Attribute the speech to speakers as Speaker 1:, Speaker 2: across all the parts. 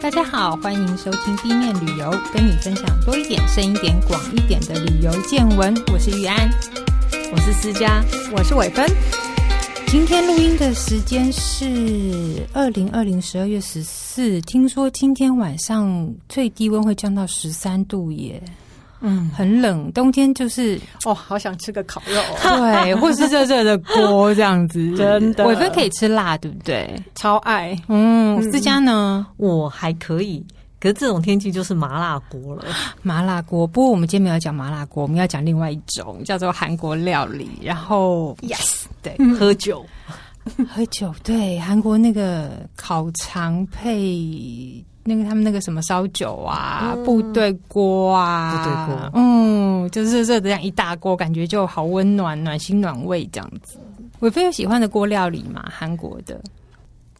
Speaker 1: 大家好，欢迎收听 B 面旅游，跟你分享多一点、深一点、广一点的旅游见闻。我是玉安，
Speaker 2: 我是思佳，
Speaker 3: 我是伟芬。
Speaker 1: 今天录音的时间是二零二零十二月十四，听说今天晚上最低温会降到十三度耶。嗯，很冷，冬天就是
Speaker 3: 哦，好想吃个烤肉、哦，
Speaker 1: 对，或是热热的锅这样子。
Speaker 3: 真的
Speaker 1: 伟芬可以吃辣，对不对？
Speaker 3: 超爱。
Speaker 1: 嗯，思佳呢？
Speaker 2: 我还可以，可是这种天气就是麻辣锅 了。
Speaker 1: 麻辣锅，不过我们今天没有讲麻辣锅，我们要讲另外一种叫做韩国料理。然后
Speaker 2: Yes，
Speaker 1: 对，
Speaker 2: 喝酒，
Speaker 1: 喝酒，对，韩国那个烤肠配那个他们那个什么烧酒啊，
Speaker 3: 嗯
Speaker 1: 部队锅啊，
Speaker 2: 部队锅
Speaker 1: 嗯，就是热的这样一大锅，感觉就好温暖，暖心暖胃这样子。伟飞有喜欢的锅料理吗？韩国的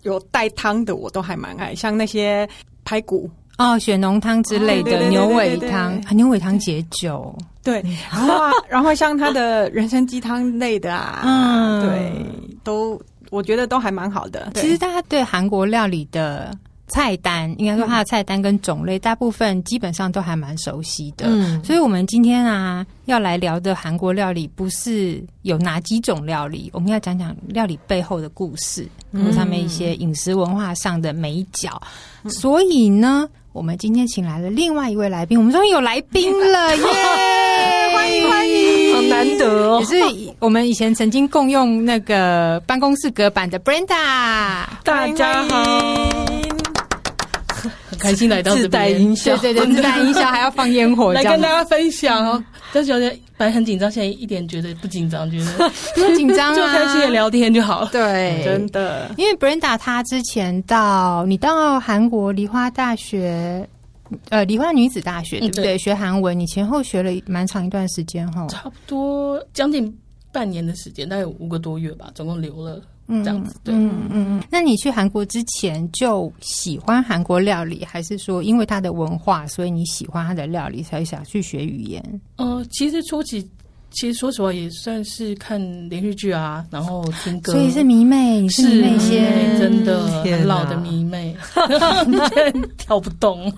Speaker 3: 有带汤的我都还蛮爱，像那些排骨，
Speaker 1: 哦，血浓汤之类
Speaker 3: 哦对
Speaker 1: 的
Speaker 3: 对对
Speaker 1: 牛
Speaker 3: 对
Speaker 1: 尾
Speaker 3: 对
Speaker 1: 汤
Speaker 3: 对，
Speaker 1: 啊牛尾汤解酒，
Speaker 3: 对，
Speaker 4: 嗯
Speaker 3: 然后啊， 然后像他的人参鸡汤类的啊，
Speaker 1: 嗯
Speaker 3: 对，都我觉得都还蛮好的。对
Speaker 1: 其实大家对韩国料理的菜单，应该说它的菜单跟种类，大部分基本上都还蛮熟悉的。
Speaker 2: 嗯，
Speaker 1: 所以，我们今天啊要来聊的韩国料理，不是有哪几种料理，我们要讲讲料理背后的故事，
Speaker 2: 嗯
Speaker 1: 和他们一些饮食文化上的美角。所以呢，我们今天请来了另外一位来宾，我们终于有来宾 了，耶！欢迎欢迎
Speaker 2: 好难得
Speaker 1: 也
Speaker 2: 哦。
Speaker 1: 是以 我们以前曾经共用那个办公室隔板的 Brenda，
Speaker 2: 大家好
Speaker 3: 欢迎
Speaker 2: 很开心来到
Speaker 4: 自带音效，
Speaker 1: 对对对，自带音效还要放烟火，
Speaker 4: 来
Speaker 1: 这样
Speaker 4: 跟
Speaker 1: 嗯
Speaker 4: 大家分享哦。但是有点本来很紧张，现在一点觉得不紧张，觉得
Speaker 1: 不用紧张啊，
Speaker 4: 就开心的聊天就好了。
Speaker 1: 对，
Speaker 3: 真的
Speaker 1: 因为 Brenda 她之前到你到韩国梨花大学，呃，梨花女子大学对不对？
Speaker 4: 嗯对
Speaker 1: 学韩文，你前后学了蛮长一段时间哈。
Speaker 4: 差不多将近半年的时间，大概有五个多月吧，总共留了
Speaker 1: 嗯
Speaker 4: 这样子。对，
Speaker 1: 嗯嗯嗯。那你去韩国之前就喜欢韩国料理，还是说因为它的文化，所以你喜欢它的料理，才想去学语言？
Speaker 4: 呃，其实初期其实说实话也算是看连续剧啊，然后听歌，
Speaker 1: 所以是迷妹，你是迷妹
Speaker 4: 迷妹
Speaker 1: 先。
Speaker 4: 真的
Speaker 2: 天哪
Speaker 4: 很老的迷妹，
Speaker 1: 嗯
Speaker 4: 跳不动。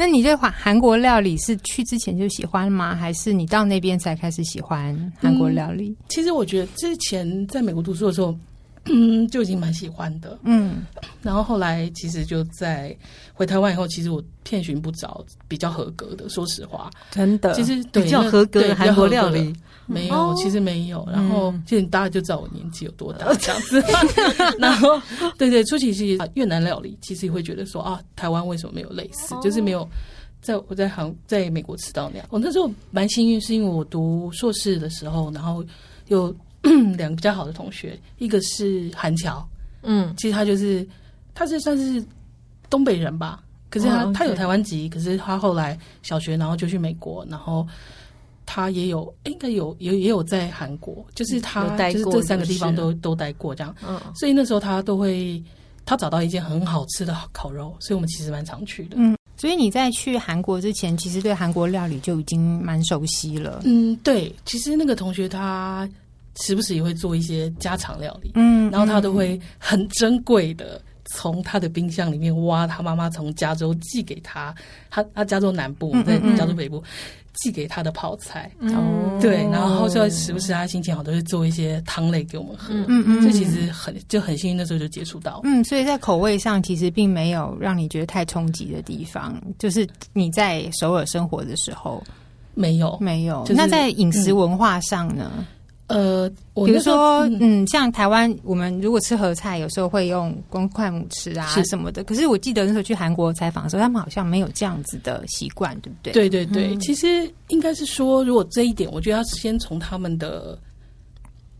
Speaker 1: 那你对韩韩国料理是去之前就喜欢吗？还是你到那边才开始喜欢韩国料理？
Speaker 4: 其实我觉得之前在美国读书的时候， 嗯，就已经蛮喜欢的。
Speaker 1: 嗯
Speaker 4: 然后后来其实就在回台湾以后，其实我遍寻不着比较合格的，说实话，
Speaker 3: 真的，
Speaker 4: 其实对
Speaker 2: 呃比较
Speaker 4: 那
Speaker 2: 合格
Speaker 4: 嗯对
Speaker 2: 的
Speaker 4: 比较
Speaker 2: 韩国
Speaker 4: 合格
Speaker 2: 料
Speaker 4: 的
Speaker 2: 理，
Speaker 4: 没有，其实没有。然后其实大家就知道我年纪有多大这样子。 然后对对，初期其实越南料理其实也会觉得说啊，台湾为什么没有类似，就是没有。在我在韩在美国吃到那样，我那时候蛮幸运，是因为我读硕士的时候，然后有 两个比较好的同学，一个是韩侨，
Speaker 2: 嗯，
Speaker 4: 其实他就是他是算是东北人吧，可是他、
Speaker 2: 哦，OK
Speaker 4: 他有台湾籍，可是他后来小学然后就去美国，然后他也有诶应该有也也有在韩国，就是他
Speaker 2: 有待
Speaker 4: 就是
Speaker 2: 过
Speaker 4: 这三个
Speaker 2: 就是
Speaker 4: 地方都都待过这样，
Speaker 2: 嗯
Speaker 4: 所以那时候他都会他找到一间很好吃的烤肉，所以我们其实蛮常去的。
Speaker 1: 嗯，所以你在去韩国之前，其实对韩国料理就已经蛮熟悉了。
Speaker 4: 嗯，对，其实那个同学他时不时也会做一些家常料理，
Speaker 1: 嗯
Speaker 4: 然后他都会很珍贵的从他的冰箱里面挖他妈妈从加州寄给他，他他加州南部，我们在
Speaker 1: 嗯嗯嗯
Speaker 4: 加州北部寄给他的泡菜，
Speaker 2: 哦
Speaker 4: 对，然后就时不时他心情好都会做一些汤类给我们喝，
Speaker 1: 嗯嗯，
Speaker 4: 这其实很就很幸运，那时候就接触到。
Speaker 1: 嗯，所以在口味上其实并没有让你觉得太冲击的地方，就是你在首尔生活的时候
Speaker 4: 没有，
Speaker 1: 没有。
Speaker 4: 哦就是
Speaker 1: 那在饮食文化上呢？
Speaker 4: 呃，我
Speaker 1: 比如
Speaker 4: 那时候
Speaker 1: 说，
Speaker 4: 嗯
Speaker 1: 嗯，像台湾我们如果吃合菜，有时候会用公筷母匙啊
Speaker 4: 是
Speaker 1: 什么的。可是我记得那时候去韩国采访的时候，他们好像没有这样子的习惯，对不对？，
Speaker 4: 对对对，其实应该是说，如果这一点，我觉得要先从他们的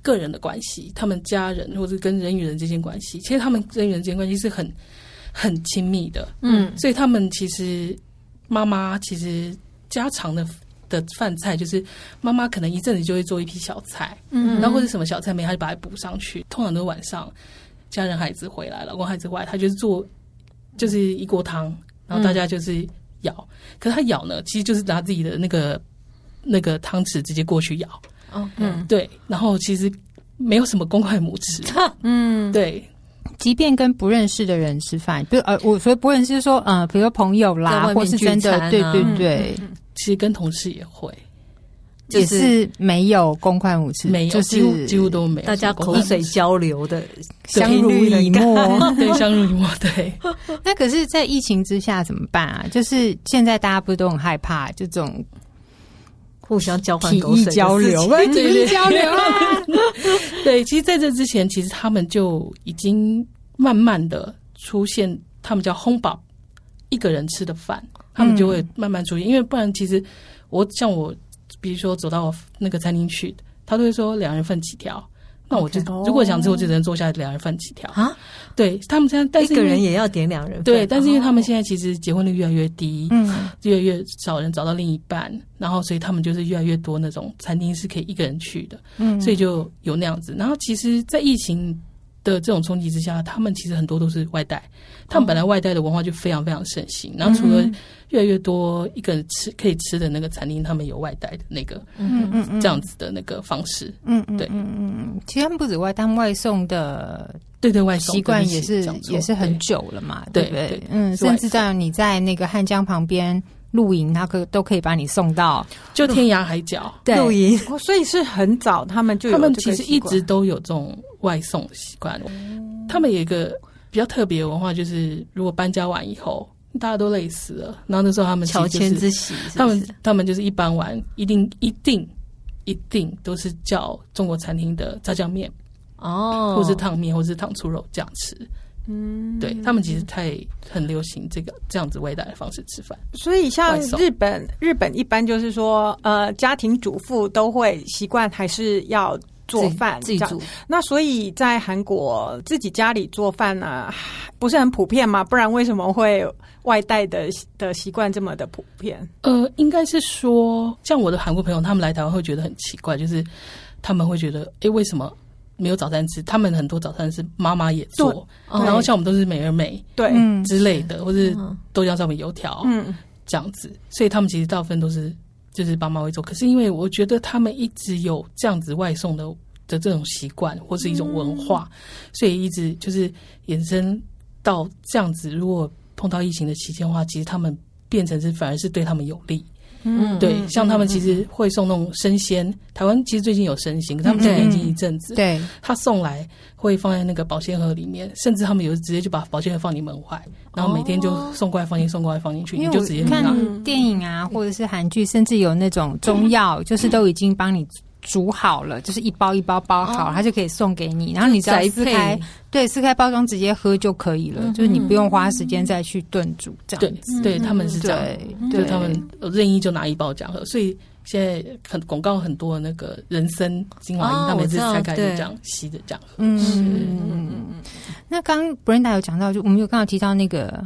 Speaker 4: 个人的关系，他们家人或者跟人与人之间关系，其实他们人与人之间关系是很很亲密的，
Speaker 2: 嗯，
Speaker 4: 所以他们其实妈妈其实家常的。的饭菜就是妈妈可能一阵子就会做一批小菜，
Speaker 2: 嗯
Speaker 4: 然后或者什么小菜没，她就把它补上去。通常都是晚上，家人孩子回来，老公孩子回来，她就是做就是一锅汤，
Speaker 2: 嗯
Speaker 4: 然后大家就是舀。可是她舀呢，其实就是拿自己的那个那个汤匙直接过去舀，
Speaker 2: 哦，嗯
Speaker 4: 对，然后其实没有什么公筷母匙，嗯，对，
Speaker 1: 即便跟不认识的人吃饭，比如呃，我所以不认识是说呃，比如说朋友
Speaker 2: 在
Speaker 1: 啦，
Speaker 2: 外面
Speaker 1: 或是真
Speaker 2: 聚
Speaker 1: 的，
Speaker 2: 餐啊
Speaker 1: 对对
Speaker 3: 嗯
Speaker 1: 对，
Speaker 4: 其实跟同事也会，
Speaker 2: 就
Speaker 1: 也
Speaker 2: 是
Speaker 1: 是没有公筷母吃，
Speaker 4: 没有，
Speaker 1: 就
Speaker 4: 几乎
Speaker 1: 是
Speaker 4: 几乎都没有
Speaker 2: 大家
Speaker 4: 什么
Speaker 2: 口
Speaker 4: 公
Speaker 2: 水交流的
Speaker 1: 相濡以沫。
Speaker 4: 开对相濡以沫，对，
Speaker 1: 那可是，在疫情之下怎么办啊？就是现在大家不是都很害怕就这种
Speaker 2: 互相交换
Speaker 1: 体
Speaker 2: 口
Speaker 1: 育
Speaker 2: 水的
Speaker 1: 交
Speaker 2: 事
Speaker 1: 流，
Speaker 2: 情
Speaker 1: 不然体
Speaker 4: 对
Speaker 1: 育
Speaker 4: 对
Speaker 1: 交流啊？
Speaker 4: 对，其实在这之前，其实他们就已经慢慢的出现，他们叫 home bar，一个人吃的饭，他们就会
Speaker 2: 嗯
Speaker 4: 慢慢出现，因为不然其实我像我，比如说走到那个餐厅去，他都会说两人份几条。那我就
Speaker 3: OK
Speaker 4: 如果想吃，我就只能坐下两人份几条。
Speaker 2: 啊，
Speaker 4: 对他们现在，但
Speaker 2: 哦一
Speaker 4: 是
Speaker 2: 个人
Speaker 4: 也
Speaker 2: 也要点两人份，
Speaker 4: 对，但是因为他们
Speaker 2: 哦
Speaker 4: 现在其实结婚率越来越低，
Speaker 1: 嗯，
Speaker 4: 越来越少人找到另一半，然后所以他们就是越来越多那种餐厅是可以一个人去的，
Speaker 1: 嗯
Speaker 4: 所以就有那样子。然后其实，在疫情的这种冲击之下，他们其实很多都是外带，他们本来外带的文化就非常非常盛行。然后除了越来越多一个人吃可以吃的那个餐厅，他们有外带的那个
Speaker 1: 嗯嗯嗯
Speaker 4: 这样子的那个方式，
Speaker 1: 嗯嗯，
Speaker 4: 对
Speaker 1: 嗯嗯嗯，其实他们不止外，他们外送的
Speaker 4: 对对外送
Speaker 1: 习惯
Speaker 4: 对不起
Speaker 1: 也是
Speaker 4: 讲错
Speaker 1: 也是很
Speaker 4: 对
Speaker 1: 久了嘛，
Speaker 4: 对
Speaker 1: 不对
Speaker 4: 对？
Speaker 1: 嗯，
Speaker 4: 是外
Speaker 1: 甚至在你在那个汉江旁边露营，他可都可以把你送到
Speaker 4: 就天涯海角。
Speaker 2: 露营，
Speaker 3: 哦，所以是很早他们就有
Speaker 4: 他们
Speaker 3: 这
Speaker 4: 其
Speaker 3: 个
Speaker 4: 实
Speaker 3: 习
Speaker 4: 一
Speaker 3: 惯
Speaker 4: 直都有这种外送习
Speaker 2: 哦
Speaker 4: 惯。他们有一个比较特别的文化，就是如果搬家完以后，大家都累死了，然后那时候他们其
Speaker 2: 乔
Speaker 4: 实
Speaker 2: 迁
Speaker 4: 就是
Speaker 2: 之喜，是不
Speaker 4: 他们
Speaker 2: 是
Speaker 4: 他们就是一搬完，一定一定一定都是叫中国餐厅的炸酱面，
Speaker 2: 哦，
Speaker 4: 或是烫面，或是糖醋肉这样吃。嗯，对他们其实太很流行这个这样子外带的方式吃饭。
Speaker 3: 所以像
Speaker 4: 外送
Speaker 3: 日本，日本一般就是说，呃，家庭主妇都会习惯还是要做饭
Speaker 2: 自己
Speaker 3: 这
Speaker 2: 自
Speaker 3: 样
Speaker 2: 己煮，
Speaker 3: 那所以在韩国自己家里做饭啊，不是很普遍嘛？不然为什么会外带的的习惯这么的普遍？
Speaker 4: 呃，应该是说，像我的韩国朋友，他们来台湾会觉得很奇怪，就是他们会觉得，诶，为什么没有早餐吃？他们很多早餐是妈妈也做，
Speaker 2: 对
Speaker 4: 然后像我们都是美而美
Speaker 3: 对，
Speaker 1: 嗯
Speaker 4: 之类的，或是
Speaker 2: 哦嗯
Speaker 4: 豆浆上面油条、
Speaker 3: 嗯，
Speaker 4: 这样子，所以他们其实大部分都是就是爸妈会做。可是因为我觉得他们一直有这样子外送的的这种习惯或是一种文化，所以一直就是延伸到这样子。如果碰到疫情的期间的话，其实他们变成是反而是对他们有利。
Speaker 2: 嗯嗯
Speaker 4: 对，像他们其实会送那种生鲜，台湾其实最近有生鲜，可他们这边已经一阵子，
Speaker 1: 对，
Speaker 4: 他送来会放在那个保鲜盒里面，甚至他们有的直接就把保鲜盒放你门外，然后每天就
Speaker 2: 哦
Speaker 4: 送过来放进，送过来放进去，你
Speaker 1: 因为
Speaker 4: 就直接
Speaker 1: 我
Speaker 4: 拿。
Speaker 1: 看电影啊，或者是韩剧，甚至有那种中
Speaker 4: 嗯
Speaker 1: 药，就是都已经帮你煮好了，就是一包一包包
Speaker 4: 嗯
Speaker 1: 好，它就可以送给你，然后你只要
Speaker 2: 宅
Speaker 1: 撕
Speaker 2: 配
Speaker 1: 开，对，撕开包装直接喝就可以
Speaker 4: 嗯
Speaker 1: 了，就是你不用花时间再去炖煮这
Speaker 4: 对
Speaker 1: 样子。
Speaker 2: 嗯
Speaker 4: 对，他们是这样，
Speaker 1: 对，
Speaker 4: 就
Speaker 1: 对
Speaker 4: 是他们呃任意就拿一包这样喝，所以现在很广告很多那个人参精华
Speaker 2: 哦
Speaker 4: 饮，他们
Speaker 2: 我
Speaker 4: 是
Speaker 2: 知道
Speaker 4: 拆开就
Speaker 2: 对
Speaker 4: 这样吸着这样喝。
Speaker 1: 嗯，那刚刚 Brenda 有讲到，就我们有刚好提到那个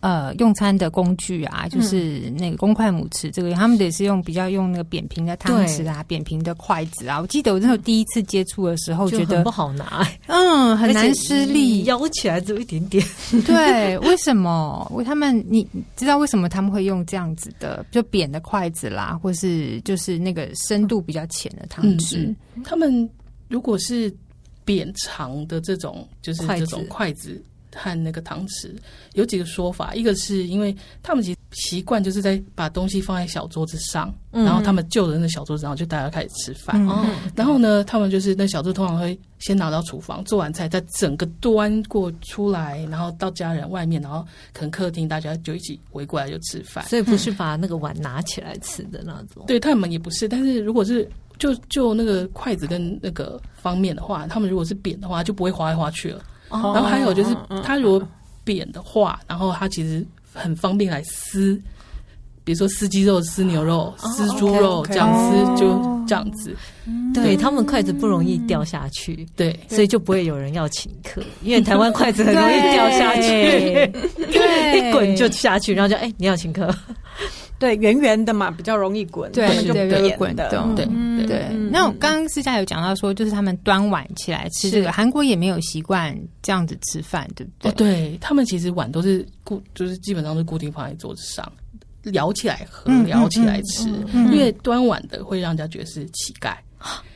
Speaker 1: 呃用餐的工具
Speaker 2: 嗯
Speaker 1: 啊，就是那个公筷母匙这个，他们得是用比较用那个扁平的汤匙啊，扁平的筷子啊。我记得我那时候第一次接触的时候，
Speaker 2: 就
Speaker 1: 觉
Speaker 2: 很
Speaker 1: 得
Speaker 2: 不好拿，哎
Speaker 1: 嗯很
Speaker 2: 而
Speaker 1: 难
Speaker 2: 且
Speaker 1: 施力，
Speaker 2: 摇起来只有一点点，
Speaker 1: 对，为什么？为他们你你知道为什么他们会用这样子的就扁的筷子啦，或是就是那个深度比较浅的汤匙？
Speaker 4: 嗯他们如果是扁长的这种，就是
Speaker 2: 筷子
Speaker 4: 这种筷子和那个汤匙，有几个说法。一个是因为他们其实习惯就是在把东西放在小桌子上，
Speaker 2: 嗯
Speaker 4: 然后他们就着那小桌子，然后就大家开始吃饭。
Speaker 1: 嗯
Speaker 2: 哦，
Speaker 4: 然后呢，他们就是那小桌通常会先拿到厨房做完菜，再整个端过出来，然后到家人外面，然后可能客厅大家就一起围过来就吃饭。
Speaker 2: 所以不是把那个碗拿起来吃的那种，
Speaker 4: 对他们也不是，但是如果是就就那个筷子跟那个方面的话，他们如果是扁的话，就不会滑来滑去了。
Speaker 3: 嗯
Speaker 2: 哦
Speaker 4: 然后还有就是，
Speaker 1: 嗯
Speaker 4: 它如果扁的话，然后它其实很方便来撕，比如说撕鸡肉、撕牛肉、撕猪肉
Speaker 3: OK，OK
Speaker 4: 这样
Speaker 1: 哦
Speaker 4: 撕，就这样子。
Speaker 2: 对他们筷子不容易掉下去，
Speaker 4: 对，
Speaker 2: 所以就不会有人要请客，因为台湾筷子很容易掉下去，
Speaker 1: 对
Speaker 2: 嗯 一滚就下去，然后就哎、你要请客，
Speaker 3: 对，圆圆的嘛，比较容易滚，
Speaker 1: 对
Speaker 3: 他们就
Speaker 1: 对
Speaker 3: 扁
Speaker 1: 对滚
Speaker 3: 的，
Speaker 1: 动
Speaker 4: 对
Speaker 3: 嗯
Speaker 4: 对
Speaker 1: 对，
Speaker 3: 嗯
Speaker 1: 那我
Speaker 3: 嗯
Speaker 1: 刚刚私下有讲到说，就是他们端碗起来吃这个，
Speaker 4: 是
Speaker 1: 韩国也没有习惯这样子吃饭，对不对？
Speaker 4: 哦，对他们其实碗都是固，就是基本上是固定放在桌子上，聊起来喝
Speaker 1: 嗯，嗯
Speaker 4: 聊起来吃，
Speaker 1: 嗯
Speaker 4: 因为端碗的会让人家觉得是乞丐。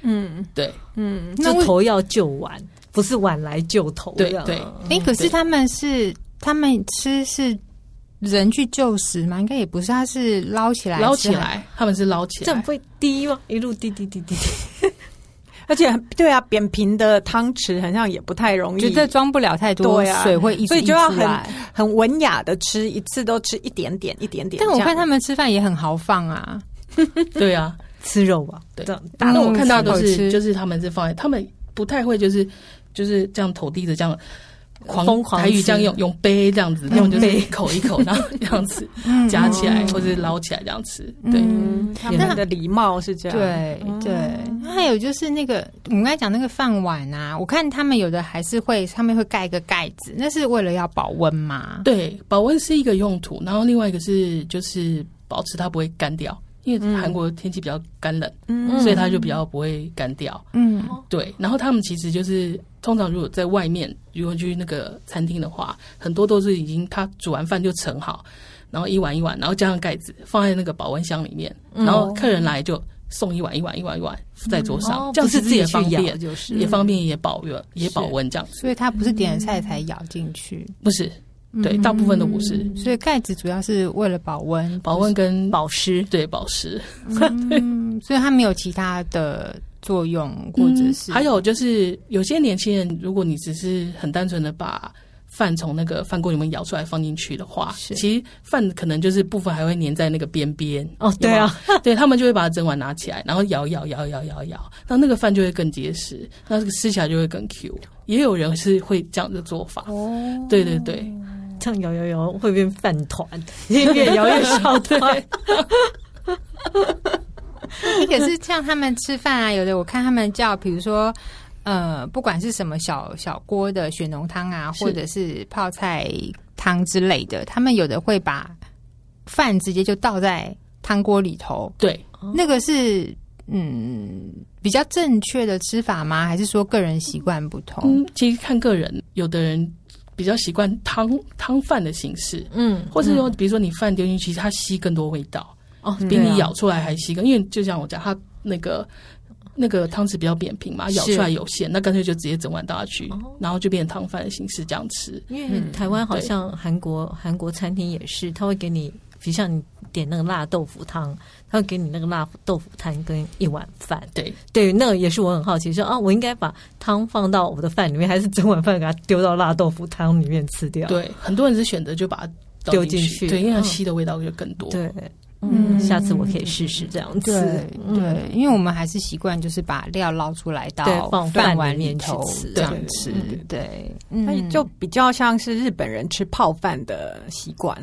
Speaker 3: 嗯
Speaker 4: 对，
Speaker 3: 嗯，
Speaker 1: 那
Speaker 2: 就
Speaker 1: 为
Speaker 2: 头要就碗，不是晚来就头
Speaker 4: 对
Speaker 2: 这样。
Speaker 4: 对
Speaker 1: 哎、可是
Speaker 4: 对
Speaker 1: 他们是他们吃是人去救食吗？应该也不是，他是捞起来吃，
Speaker 4: 捞起来，他们是捞起
Speaker 2: 这样
Speaker 4: 来
Speaker 2: 不。会滴吗？一路滴滴滴滴滴。
Speaker 3: 而且对啊，扁平的汤匙好像也不太容易，
Speaker 1: 觉得装不了太多
Speaker 3: 对啊
Speaker 1: 水会一直
Speaker 3: 所以
Speaker 1: 溢
Speaker 3: 就要
Speaker 1: 出
Speaker 3: 很
Speaker 1: 来
Speaker 3: 很文雅的吃，一次都吃一点点，一点点这
Speaker 1: 但
Speaker 3: 样。
Speaker 1: 我看他们吃饭也很豪放啊，
Speaker 4: 对啊，
Speaker 2: 吃肉吧，
Speaker 4: 对
Speaker 2: 这样大
Speaker 1: 嗯
Speaker 4: 那我看到都
Speaker 1: 好吃
Speaker 4: 是就是他们是放在，他们不太会就是就是这样头低着这样。狂
Speaker 2: 疯狂
Speaker 4: 台语
Speaker 2: 吃
Speaker 4: 这样用用杯这样子，用就是一口一口，然后 这样子
Speaker 1: 嗯
Speaker 4: 夹起来
Speaker 1: 嗯
Speaker 4: 或者捞起来这样吃。
Speaker 1: 嗯
Speaker 4: 对，
Speaker 3: 嗯，他们的礼貌是这样。
Speaker 1: 对
Speaker 4: 哦
Speaker 1: 对，还有就是那个我们刚才讲那个饭碗啊，我看他们有的还是会上面会盖一个盖子，那是为了要保温嘛。
Speaker 4: 对，保温是一个用途，然后另外一个是就是保持它不会干掉，因为韩国天气比较干冷，
Speaker 3: 嗯
Speaker 4: 所以它就比较不会干掉。
Speaker 1: 嗯
Speaker 4: 对，然后他们其实就是通常如果在外面，如果去那个餐厅的话，很多都是已经他煮完饭就盛好，然后一碗一碗，然后加上盖子放在那个保温箱里面，
Speaker 2: 嗯
Speaker 4: 然
Speaker 3: 哦
Speaker 4: 后客人来就送一碗一碗一碗一碗在桌上，
Speaker 2: 哦
Speaker 4: 这样
Speaker 2: 不是
Speaker 4: 子也
Speaker 2: 去
Speaker 4: 方
Speaker 2: 咬
Speaker 4: 便，
Speaker 2: 就是
Speaker 4: 也方便也保温也保温这样子。
Speaker 1: 所以它不是点了菜才咬进去，嗯
Speaker 4: 不是，嗯对，大部分都不是。
Speaker 1: 所以盖子主要是为了保温，
Speaker 4: 保温跟
Speaker 2: 嗯保湿。
Speaker 4: 对保湿，
Speaker 1: 嗯，所以它没有其他的作用，或者是、
Speaker 4: 嗯还有就是有些年轻人，如果你只是很单纯的把饭从那个饭锅里面舀出来放进去的话，
Speaker 1: 是
Speaker 4: 其实饭可能就是部分还会粘在那个边边。
Speaker 2: 哦，对啊，
Speaker 4: 对他们就会把整碗拿起来，然后摇摇摇摇摇摇，那那个饭就会更结实，那这个吃起来就会更 Q。也有人是会这样的做法，
Speaker 1: 哦，
Speaker 4: 对对对，
Speaker 2: 这样摇摇摇会变饭团，越摇越小团。
Speaker 1: 哎可是像他们吃饭啊，有的我看他们叫，比如说。呃，不管是什么小小锅的雪浓汤啊，
Speaker 4: 是
Speaker 1: 或者是泡菜汤之类的，他们有的会把饭直接就倒在汤锅里头，
Speaker 4: 对，
Speaker 1: 那个是嗯比较正确的吃法吗？还是说个人习惯不同？
Speaker 4: 嗯，其实看个人，有的人比较习惯汤汤饭的形式，
Speaker 2: 嗯，
Speaker 4: 或是说，比如说你饭丢进去，其实它吸更多味道。
Speaker 2: 哦，
Speaker 4: 比
Speaker 2: 对啊
Speaker 4: 你咬出来还吸根，因为就像我讲，它那个那个汤匙比较扁平嘛，
Speaker 1: 是
Speaker 4: 咬出来有限，那干脆就直接整碗倒下去，
Speaker 2: 哦
Speaker 4: 然后就变成汤饭的形式这样吃。
Speaker 2: 因为台湾好像韩国韩国餐厅也是，他会给你，比如像你点那个辣豆腐汤，他会给你那个辣豆腐汤跟一碗饭。
Speaker 4: 对，
Speaker 2: 对，那个也是我很好奇，说啊，我应该把汤放到我的饭里面，还是整碗饭给它丢到辣豆腐汤里面吃掉？
Speaker 4: 对，很多人是选择就把它倒
Speaker 2: 丢
Speaker 4: 进
Speaker 2: 进去
Speaker 4: 对，因为它
Speaker 2: 嗯
Speaker 4: 吸的味道就更多。
Speaker 2: 对，
Speaker 1: 嗯
Speaker 2: 嗯，下次我可以试试这样子。
Speaker 1: 对对，因为我们还是习惯就是把料捞出来到
Speaker 2: 嗯对放
Speaker 1: 饭
Speaker 2: 饭
Speaker 1: 碗
Speaker 2: 里面去
Speaker 1: 头
Speaker 2: 吃
Speaker 1: 这样
Speaker 4: 对
Speaker 1: 吃
Speaker 4: 对对，
Speaker 1: 对，
Speaker 3: 它
Speaker 1: 嗯
Speaker 3: 就比较像是日本人吃泡饭的习惯，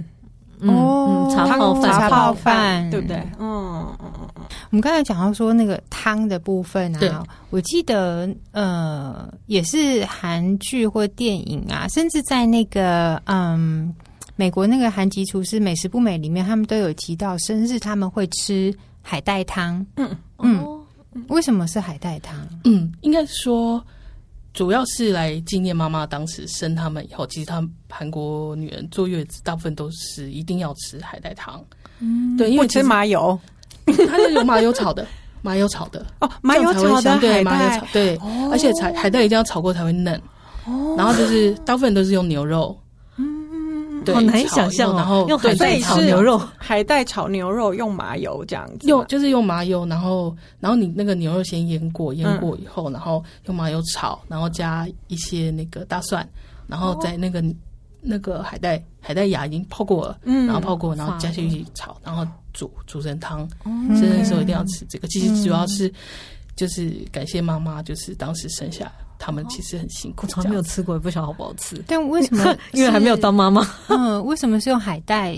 Speaker 2: 嗯，
Speaker 4: 哦
Speaker 2: 嗯，茶泡饭，
Speaker 1: 茶
Speaker 3: 茶
Speaker 1: 泡
Speaker 3: 泡
Speaker 1: 饭
Speaker 3: 饭，对不对？嗯嗯嗯嗯，
Speaker 1: 我们刚才讲到说那个汤的部分
Speaker 4: 对
Speaker 1: 啊，我记得呃，也是韩剧或电影啊，甚至在那个嗯美国那个韩籍厨师《美食不美》里面，他们都有提到生日他们会吃海带汤。嗯
Speaker 2: 哦
Speaker 1: 为什么是海带汤？
Speaker 4: 嗯，应该说主要是来纪念妈妈当时生他们以后，其实他们韩国女人坐月子大部分都是一定要吃海带汤。嗯，对，因
Speaker 3: 不
Speaker 4: 为其
Speaker 3: 吃
Speaker 4: 实
Speaker 3: 麻油
Speaker 4: 它是有麻油炒的，麻油炒的。
Speaker 3: 哦，麻油
Speaker 4: 这
Speaker 3: 炒
Speaker 4: 样才
Speaker 3: 的
Speaker 4: 会香对
Speaker 3: 海
Speaker 4: 麻油
Speaker 3: 带
Speaker 4: 炒，对，而且海海带一定要炒过才会嫩。然后就是大部分都是用牛肉，嗯，对，
Speaker 2: 好难以
Speaker 4: 炒
Speaker 2: 想象
Speaker 4: 用
Speaker 2: 哦，
Speaker 4: 然后
Speaker 2: 用海
Speaker 4: 对
Speaker 2: 带
Speaker 4: 再
Speaker 2: 炒
Speaker 4: 是
Speaker 2: 牛肉，
Speaker 3: 海带炒牛肉用麻油这样子嘛，
Speaker 4: 用就是用麻油，然后然后你那个牛肉先腌过，腌过以后，然后用麻油炒，然后加一些那个大蒜，然后在那个那个海带海带芽已经泡过了，
Speaker 3: 嗯
Speaker 4: 然后泡过，然后加下去炒，然后煮煮成汤。生嗯日的时候一定要吃这个，其实主要是就是感谢妈妈，就是当时生下他们其实很辛苦，
Speaker 2: 我从
Speaker 4: 这
Speaker 2: 来没有
Speaker 4: 样
Speaker 2: 吃过，也不晓得好不好吃，？
Speaker 1: 但为什么
Speaker 2: 因为还没有当。妈妈。
Speaker 1: 嗯，为什么是用海带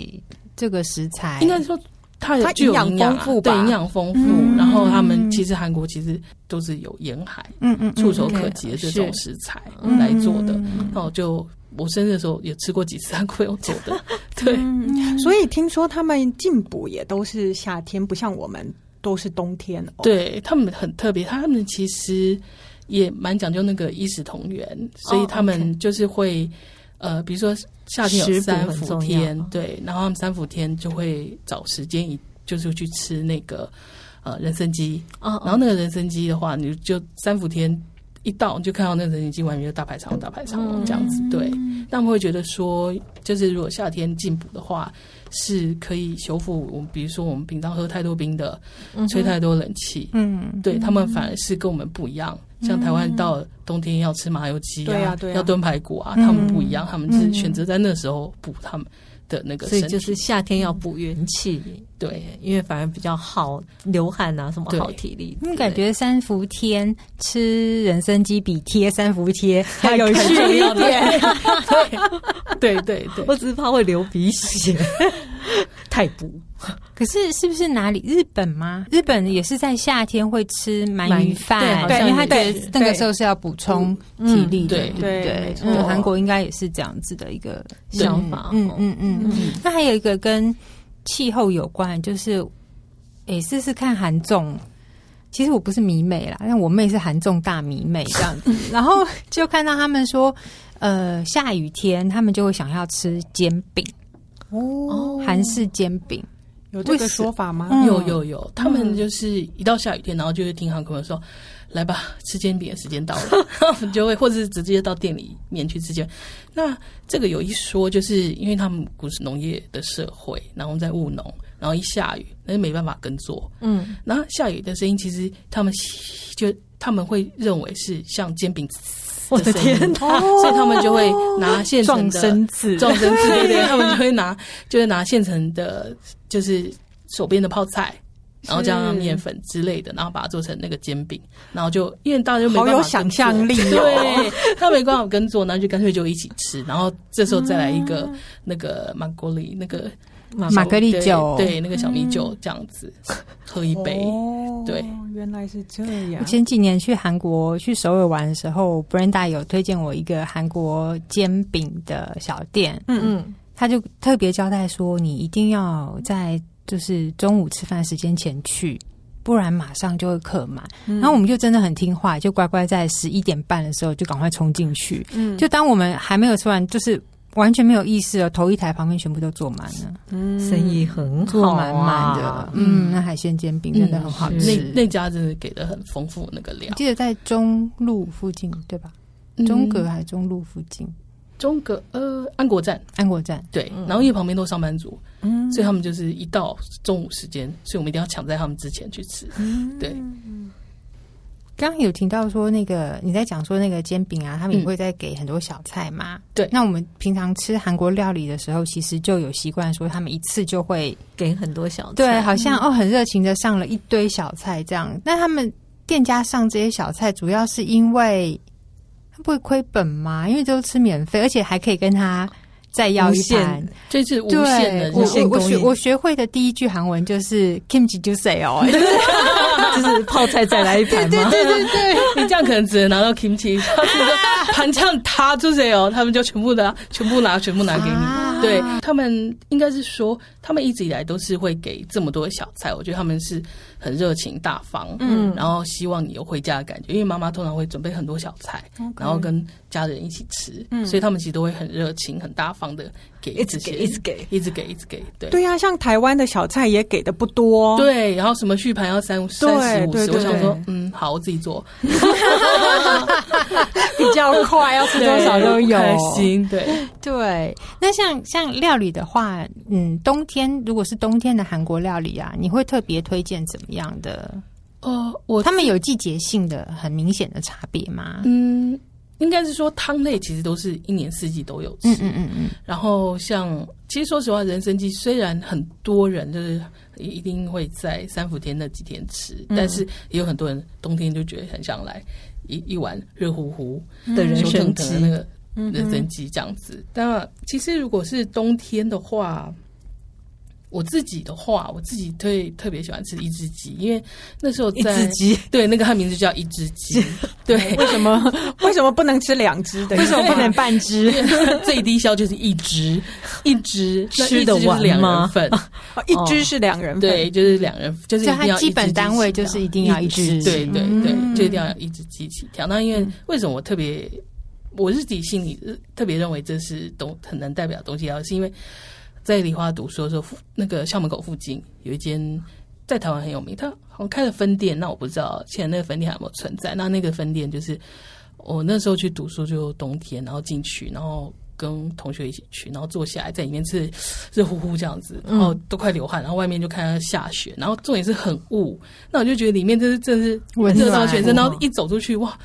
Speaker 1: 这个食材？
Speaker 4: 应该说。它有
Speaker 3: 它
Speaker 4: 具有
Speaker 3: 营养
Speaker 4: 营养啊
Speaker 3: 丰富吧
Speaker 4: 对营养丰富。
Speaker 1: 嗯
Speaker 4: 然后他们其实韩国其实都是有沿海，
Speaker 1: 嗯嗯，嗯
Speaker 4: 触手
Speaker 1: 嗯
Speaker 4: 可
Speaker 2: OK，
Speaker 4: 及的这种
Speaker 2: 是
Speaker 4: 食材
Speaker 1: 嗯
Speaker 4: 来做的。
Speaker 1: 嗯
Speaker 4: 那我就我生日的时候也吃过几次韩国友做的，对，
Speaker 3: 嗯，所以听说他们进补也都是夏天，不像我们都是冬天哦。，
Speaker 4: 对他们很特别，他们其实也蛮讲究那个衣食同源，所
Speaker 2: 哦
Speaker 4: 以他们就是会、呃，比如说夏天有
Speaker 2: 食补
Speaker 4: 三
Speaker 2: 很
Speaker 4: 伏
Speaker 2: 重要
Speaker 4: 天，对，然后他们三伏天就会找时间一就是去吃那个呃人参鸡，
Speaker 2: 哦
Speaker 4: 然后那个人参鸡的话，你就三伏天一到你就看到那个人已经完全就大排长龙、大排长
Speaker 2: 嗯
Speaker 4: 龙这样子。对，那我们会觉得说，就是如果夏天进补的话，是可以修复我们，比如说我们平常喝太多冰的，
Speaker 2: 嗯
Speaker 4: 吹太多冷气，
Speaker 1: 嗯，
Speaker 4: 对他们反而是跟我们不一样。像台湾到冬天要吃麻油鸡
Speaker 3: 对啊对啊
Speaker 4: 要炖排骨啊，他们不一样，他们是选择在那时候补他们的那个
Speaker 2: 所
Speaker 4: 身
Speaker 2: 以就
Speaker 4: 体。
Speaker 2: 是夏天要补元气，
Speaker 4: 对，
Speaker 2: 因为反而比较好流汗啊，什么
Speaker 4: 对
Speaker 2: 好体力。
Speaker 1: 你感觉三伏天吃人参鸡比贴三伏贴还有
Speaker 4: 很
Speaker 1: 趣
Speaker 4: 重
Speaker 1: 一
Speaker 4: 要的
Speaker 1: 点。
Speaker 4: 对对对
Speaker 2: 我只是怕会流鼻血， 太补。
Speaker 1: 可是是不是哪里？日本吗？日本也是在夏天会吃鳗鱼
Speaker 2: 鳗鱼
Speaker 1: 饭，
Speaker 2: 对
Speaker 1: 因为他
Speaker 4: 好
Speaker 1: 觉
Speaker 4: 像
Speaker 3: 也
Speaker 1: 得那个时候是要补充体力的，
Speaker 4: 对
Speaker 1: 不
Speaker 3: 对没
Speaker 1: 对？
Speaker 3: 错
Speaker 1: 嗯，韩国应该也是这样子的一个
Speaker 2: 对想法
Speaker 1: 嗯
Speaker 2: 哦
Speaker 1: 嗯嗯嗯。那还有一个跟气候有关，就是诶，试试看韩综。其实我不是迷妹啦，但我妹是韩综大迷妹这样子。然后就看到他们说，呃，下雨天他们就会想要吃煎饼，
Speaker 3: 哦，
Speaker 1: 韩式煎饼。
Speaker 3: 有这
Speaker 1: 为
Speaker 3: 个
Speaker 1: 什
Speaker 3: 说法吗？
Speaker 1: 嗯
Speaker 4: 有有有，他们就是一到下雨天，然后就会听航空人说：“来吧，吃煎饼的时间到了。” 然后我们就会，或者是直接到店里面去吃煎饼。那这个有一说，就是因为他们古是农业的社会，然后在务农，然后一下雨，那就没办法耕作。
Speaker 2: 嗯，
Speaker 4: 然后下雨的声音，其实他们就他们会认为是像煎饼，
Speaker 2: 我的天 哪！
Speaker 4: 所以他们就会拿现成
Speaker 1: 哦撞
Speaker 4: 的
Speaker 1: 生子，
Speaker 4: 撞针刺，对对，他们就会拿，就会拿现成的，就是手边的泡菜，然后加上面粉之类的，然后把它做成那个煎饼，然后就因为大家就没
Speaker 3: 好
Speaker 4: 办法
Speaker 3: 有
Speaker 4: 跟做
Speaker 3: 想象力哦！
Speaker 4: 对， 他没办法跟做，然后就干脆就一起吃，然后这时候再来一个、那个马格里那个
Speaker 2: 马
Speaker 1: 玛格丽
Speaker 4: 对
Speaker 1: 酒
Speaker 4: 对，那个小米酒这样子、喝一杯，
Speaker 3: 哦
Speaker 4: 对，
Speaker 3: 原来是这样
Speaker 1: 我。前几年去韩国去首尔玩的时候，Brenda 有推荐我一个韩国煎饼的小店，
Speaker 3: 嗯
Speaker 2: 嗯，
Speaker 1: 他就特别交代说，你一定要在就是中午吃饭时间前去。不然马上就会客满，
Speaker 2: 嗯
Speaker 1: 然后我们就真的很听话，就乖乖在十一点半的时候就赶快冲进去。
Speaker 3: 嗯
Speaker 1: 就当我们还没有吃完，就是完全没有意识了，头一台旁边全部都坐满了，
Speaker 3: 嗯
Speaker 2: 生意很好、
Speaker 1: 坐
Speaker 2: 啊，嗯
Speaker 1: 满满的。嗯，那海鲜煎饼真的很好
Speaker 4: 那
Speaker 1: 吃。
Speaker 4: 那家真的给的很丰富那个料
Speaker 1: 我，记得在中路附近，对吧？中
Speaker 4: 嗯
Speaker 1: 格还是中路附近，
Speaker 4: 中格呃安国站。
Speaker 1: 安国站。
Speaker 4: 对，然后因为旁边都是上班族，
Speaker 1: 嗯
Speaker 4: 所以他们就是一到中午时间，所以我们一定要抢在他们之前去吃。对，
Speaker 1: 刚刚有听到说那个你在讲说那个煎饼啊，他们也
Speaker 4: 嗯
Speaker 1: 会再给很多小菜嘛。
Speaker 4: 对
Speaker 1: 那我们平常吃韩国料理的时候，其实就有习惯说他们一次就会
Speaker 2: 给很多小菜
Speaker 1: 对，好像哦很热情的上了一堆小菜这样。那他们店家上这些小菜，主要是因为他不会亏本嘛，因为都吃免费，而且还可以跟他再要
Speaker 2: 无
Speaker 1: 一
Speaker 2: 限
Speaker 1: 盘。
Speaker 4: 这是无
Speaker 1: 对，
Speaker 4: 限的
Speaker 1: 我
Speaker 4: 这
Speaker 1: 我
Speaker 4: 样，
Speaker 1: 我
Speaker 2: 供
Speaker 1: 学
Speaker 2: 应
Speaker 1: 我学会的第一句韩文就是 kimchi juice 哦，哎
Speaker 2: 就是泡菜再来一盘嘛。
Speaker 1: 对对对，
Speaker 4: 你这样可能只能拿到 kimchi，他们就盘酱他就是哦，他们就全部拿，全部拿，全部拿给
Speaker 1: 啊
Speaker 4: 你。对他们应该是说，他们一直以来都是会给这么多的小菜，我觉得他们是很热情大方，嗯，然后希望你有回家的感觉，因为妈妈通常会准备很多小菜，然后跟家人一起吃，所以他们其实都会很热情、很大方的给
Speaker 2: 一直
Speaker 4: 这些
Speaker 2: 给一直给
Speaker 4: 一直给，一直给，对。
Speaker 3: 对呀、啊像台湾的小菜也给的不多，，
Speaker 4: 对，然后什么续盘要三三十五
Speaker 3: 对
Speaker 4: 十，
Speaker 3: 对
Speaker 4: 我想说
Speaker 3: 对，
Speaker 4: 嗯，好，我自己做，
Speaker 3: 比较快，要吃多少都
Speaker 4: 对
Speaker 3: 有。
Speaker 4: 开心，对，
Speaker 1: 对。那像像料理的话，嗯，冬天如果是冬天的韩国料理啊，你会特别推荐怎么样的？
Speaker 4: 哦，我
Speaker 1: 他们有季节性的很明显的差别吗？
Speaker 4: 嗯，应该是说汤类其实都是一年四季都有吃。
Speaker 1: 嗯嗯嗯嗯，
Speaker 4: 然后像其实说实话，人参鸡虽然很多人就是一定会在三伏天那几天吃，
Speaker 2: 嗯
Speaker 4: 但是也有很多人冬天就觉得很想来一一碗热乎乎
Speaker 2: 的人
Speaker 4: 手
Speaker 2: 参
Speaker 4: 腾腾的
Speaker 2: 鸡，
Speaker 4: 那
Speaker 2: 嗯
Speaker 4: 个
Speaker 3: 嗯
Speaker 4: 人参鸡这样子。那其实如果是冬天的话。我自己的话，我自己特特别喜欢吃一只鸡，因为那时候
Speaker 2: 一
Speaker 4: 在
Speaker 2: 只鸡，
Speaker 4: 对那个它名字叫一只鸡，对，
Speaker 3: 为什么为什么不能吃两只的？
Speaker 4: 为什么不能
Speaker 3: 半只？
Speaker 4: 最低消就是一只，一只那
Speaker 2: 吃
Speaker 4: 一只
Speaker 2: 得
Speaker 4: 就是
Speaker 2: 完
Speaker 4: 两人
Speaker 2: 吗
Speaker 4: 份，
Speaker 3: 哦 一只是两人份，
Speaker 4: 对，就是两人，就是
Speaker 1: 就
Speaker 4: 一定
Speaker 1: 它
Speaker 4: 要
Speaker 1: 基
Speaker 4: 一只
Speaker 1: 本
Speaker 4: 鸡
Speaker 1: 单位
Speaker 4: 起跳
Speaker 1: 就是一定要一致，
Speaker 4: 对对对，
Speaker 1: 嗯
Speaker 4: 就一定要一只鸡起跳。那因为为什么我特别，我自己心里特别认为这是东啊很能代表东西，然后是因为在梨花读书的时候，附那个校门口附近有一间在台湾很有名，他好像开了分店，那我不知道现在那个分店还有没有存在。那那个分店就是我那时候去读书，就冬天，然后进去，然后跟同学一起去，然后坐下来在里面 吃热乎乎这样子，然后都快流汗，然后外面就看它下雪，然后重点是很雾，那我就觉得里面真是真是
Speaker 1: 温暖
Speaker 4: 热到全身，然后
Speaker 1: 哦
Speaker 4: 一走出去哇。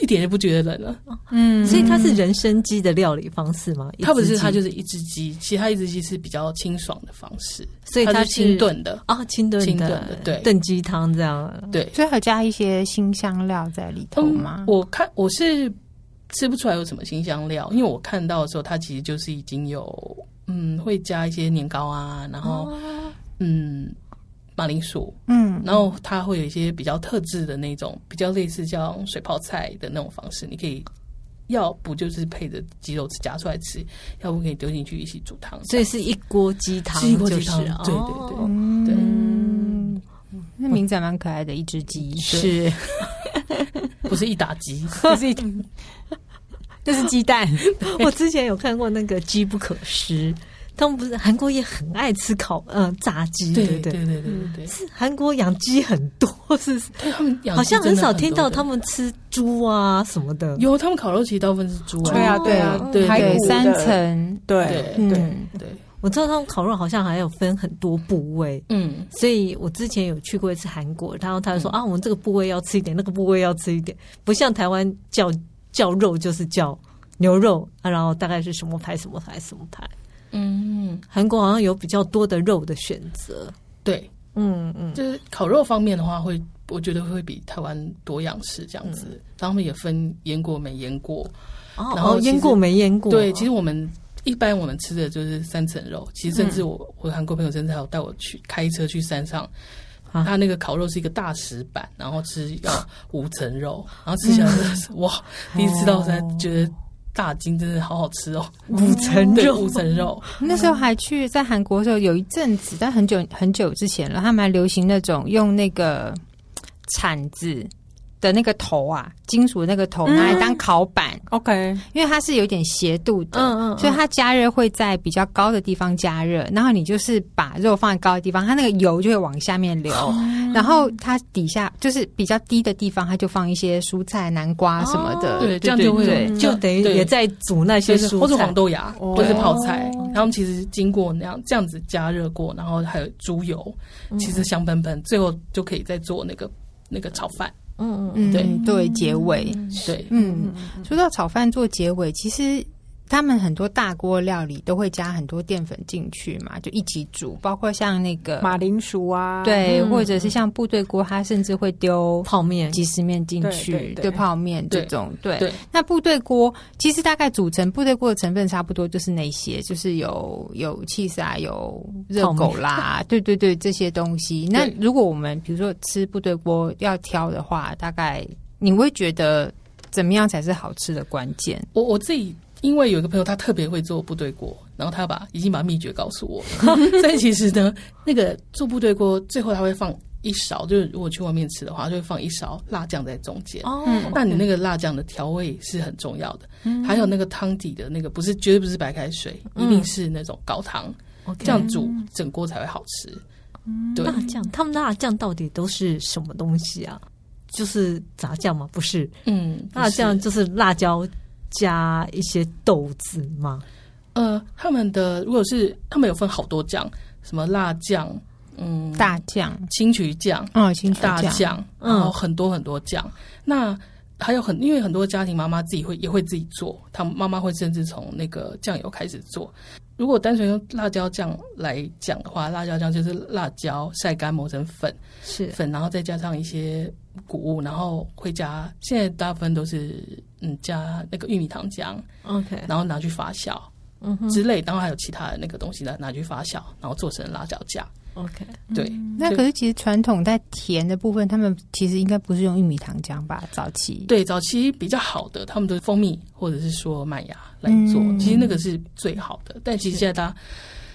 Speaker 4: 一点也不觉得冷了，
Speaker 3: 嗯
Speaker 2: 所以它是人参鸡的料理方式吗？
Speaker 4: 它不是，它就是是一只鸡，其他一只鸡是比较清爽的方式，
Speaker 2: 所以
Speaker 4: 它
Speaker 2: 它
Speaker 4: 是清炖的，
Speaker 2: 啊，清炖
Speaker 4: 清炖的对
Speaker 2: 炖鸡汤这样。
Speaker 4: 对，
Speaker 1: 所以还有加一些新香料在里头吗？
Speaker 4: 嗯我看我是吃不出来有什么新香料，因为我看到的时候，它其实就是已经有嗯，会加一些年糕啊，然后、
Speaker 2: 哦
Speaker 4: 嗯马铃薯，
Speaker 1: 嗯，
Speaker 4: 然后它会有一些比较特制的那种，比较类似像水泡菜的那种方式，你可以。要不就是配着鸡肉夹出来吃，要不可以丢进去一起煮汤。
Speaker 2: 所以是一锅鸡汤，
Speaker 4: 是一锅
Speaker 2: 就
Speaker 4: 鸡汤
Speaker 2: 是
Speaker 4: 对对
Speaker 2: 哦
Speaker 4: 对对
Speaker 1: 嗯，那名字还蛮可爱的，一只鸡，
Speaker 2: 是，
Speaker 4: 不是一打鸡，
Speaker 1: 这是一这是鸡蛋，
Speaker 2: 我之前有看过那个《机不可失》，他们不是韩国也很爱吃烤，嗯、炸鸡，
Speaker 4: 对
Speaker 2: 对嗯不
Speaker 4: 对对对对对，
Speaker 2: 是韩国养鸡很多，是
Speaker 4: 对他们 养
Speaker 2: 好像
Speaker 4: 鸡
Speaker 2: 很
Speaker 4: 真的
Speaker 2: 少听
Speaker 4: 多
Speaker 2: 到
Speaker 4: 的
Speaker 2: 他们吃猪啊什么的。
Speaker 4: 有，他们烤肉其实大部分是猪啊，
Speaker 3: 对啊对啊
Speaker 4: 对
Speaker 3: 排
Speaker 1: 对
Speaker 3: 骨，的
Speaker 1: 三层，
Speaker 3: 对
Speaker 4: 对
Speaker 3: 对，
Speaker 1: 嗯
Speaker 4: 对，
Speaker 2: 我知道他们烤肉好像还有分很多部位，
Speaker 4: 嗯，
Speaker 2: 所以我之前有去过一次韩国，然后他就说、
Speaker 4: 嗯
Speaker 2: 啊，我们这个部位要吃一点，那个部位要吃一点，不像台湾叫叫肉就是叫牛肉啊，然后大概是什么排什么排什么排，
Speaker 4: 嗯，
Speaker 2: 韩国好像有比较多的肉的选择。
Speaker 4: 对，
Speaker 2: 嗯嗯，
Speaker 4: 就是烤肉方面的话，会我觉得会比台湾多样式这样子。
Speaker 2: 嗯
Speaker 4: 然后他们也分腌过没腌过，
Speaker 2: 哦
Speaker 4: 然后
Speaker 2: 哦
Speaker 4: 其实
Speaker 2: 腌过没腌过？哦
Speaker 4: 对，其实我们一般我们吃的就是三层肉，其实甚至
Speaker 2: 嗯
Speaker 4: 我、我韩国朋友甚至还有带我去开车去山上。
Speaker 2: 啊
Speaker 4: 他那个烤肉是一个大石板，然后吃 要五层肉，然后吃起来真的
Speaker 2: 嗯
Speaker 4: 是、 哇！第一次吃到才觉得大筋真的好好吃哦，
Speaker 2: 五层
Speaker 4: 对，
Speaker 2: 肉
Speaker 4: 五层肉，
Speaker 1: 那时候还去在韩国的时候，有一阵子，但很久很久之前了，他们还流行那种用那个铲子的那个头啊，金属的那个头
Speaker 3: 嗯
Speaker 1: 拿来当烤板，
Speaker 3: ，OK，
Speaker 1: 因为它是有点斜度的，
Speaker 2: 嗯嗯嗯
Speaker 1: 所以它加热会在比较高的地方加热，然后你就是把肉放在高的地方，它那个油就会往下面流，然后它底下就是比较低的地方，它就放一些蔬菜、南瓜什么
Speaker 2: 哦
Speaker 1: 的，
Speaker 4: 哦对，这样就会
Speaker 1: 对
Speaker 4: 有嗯
Speaker 2: 就等于
Speaker 4: 对
Speaker 2: 也在煮那些
Speaker 4: 就是
Speaker 2: 蔬
Speaker 4: 或是
Speaker 2: 菜
Speaker 4: 黄豆芽，
Speaker 3: 哦
Speaker 4: 或是泡菜，他们其实经过那样这样子加热过，然后还有猪油，其
Speaker 2: 嗯
Speaker 4: 实香喷喷，最后就可以再做那个那个炒饭。
Speaker 2: 嗯嗯
Speaker 1: 嗯
Speaker 4: 对
Speaker 1: 对，结尾。
Speaker 4: 对，
Speaker 1: 嗯，说到炒饭做结尾，其实他们很多大锅料理都会加很多淀粉进去嘛，就一起煮，包括像那个
Speaker 3: 马铃薯啊，
Speaker 1: 对，
Speaker 2: 嗯
Speaker 1: 或者是像部队锅，它甚至会丢
Speaker 2: 嗯，泡面
Speaker 1: 即食面进
Speaker 3: 对
Speaker 1: 去，
Speaker 3: 对对
Speaker 1: 泡面这
Speaker 4: 对
Speaker 1: 种，对。
Speaker 4: 对
Speaker 1: 那部队锅其实大概组成部队锅的成分差不多就是那些，就是有有 cheese 啊，有热狗 啦，对对对，这些东西。那
Speaker 4: 对
Speaker 1: 如果我们比如说吃部队锅要挑的话，大概你会觉得怎么样才是好吃的关键？
Speaker 4: 我我自己。因为有一个朋友，他特别会做部队锅，然后他把已经把秘诀告诉我 了。 所以其实呢，那个做部队锅最后他会放一勺，就是如果去外面吃的话，就会放一勺辣酱在中间。
Speaker 2: 哦
Speaker 3: 嗯
Speaker 4: 那你那个辣酱的调味是很重要的，还有那个汤底的那个不是绝对不是白开水，
Speaker 2: 嗯
Speaker 4: 一定是那种高汤，
Speaker 2: OK 嗯
Speaker 4: 这样煮整锅才会好吃。对，
Speaker 2: 辣酱，他们辣酱到底都是什么东西啊？就是炸酱吗？不是，
Speaker 4: 嗯，
Speaker 2: 辣酱
Speaker 4: 不
Speaker 2: 就
Speaker 4: 是
Speaker 2: 是辣椒加一些豆子吗？
Speaker 4: 呃，他们的如果是他们有分好多酱，什么辣酱，嗯，
Speaker 1: 大酱，
Speaker 4: 青桔酱，
Speaker 1: 嗯，青椒
Speaker 4: 大
Speaker 1: 酱，
Speaker 4: 酱，
Speaker 2: 嗯
Speaker 4: 然后很多很多酱。那还有很，因为很多家庭妈妈自己会也会自己做，她妈妈会甚至从那个酱油开始做。如果单纯用辣椒酱来讲的话，辣椒酱就是辣椒晒干磨成粉，
Speaker 2: 是
Speaker 4: 粉然后再加上一些谷物，然后会加现在大部分都是嗯加那个玉米糖浆，
Speaker 2: OK，
Speaker 4: 然后拿去发酵
Speaker 2: 嗯哼
Speaker 4: 之类，然后还有其他的那个东西拿拿去发酵，然后做成辣椒酱。
Speaker 2: ，OK，
Speaker 4: 对，
Speaker 1: 那可是其实传统在甜的部分，他们其实应该不是用玉米糖浆吧？早期
Speaker 4: 对，早期比较好的，他们都是蜂蜜或者是说麦芽来做，
Speaker 1: 嗯
Speaker 4: 其实那个是最好的。但其实现在大家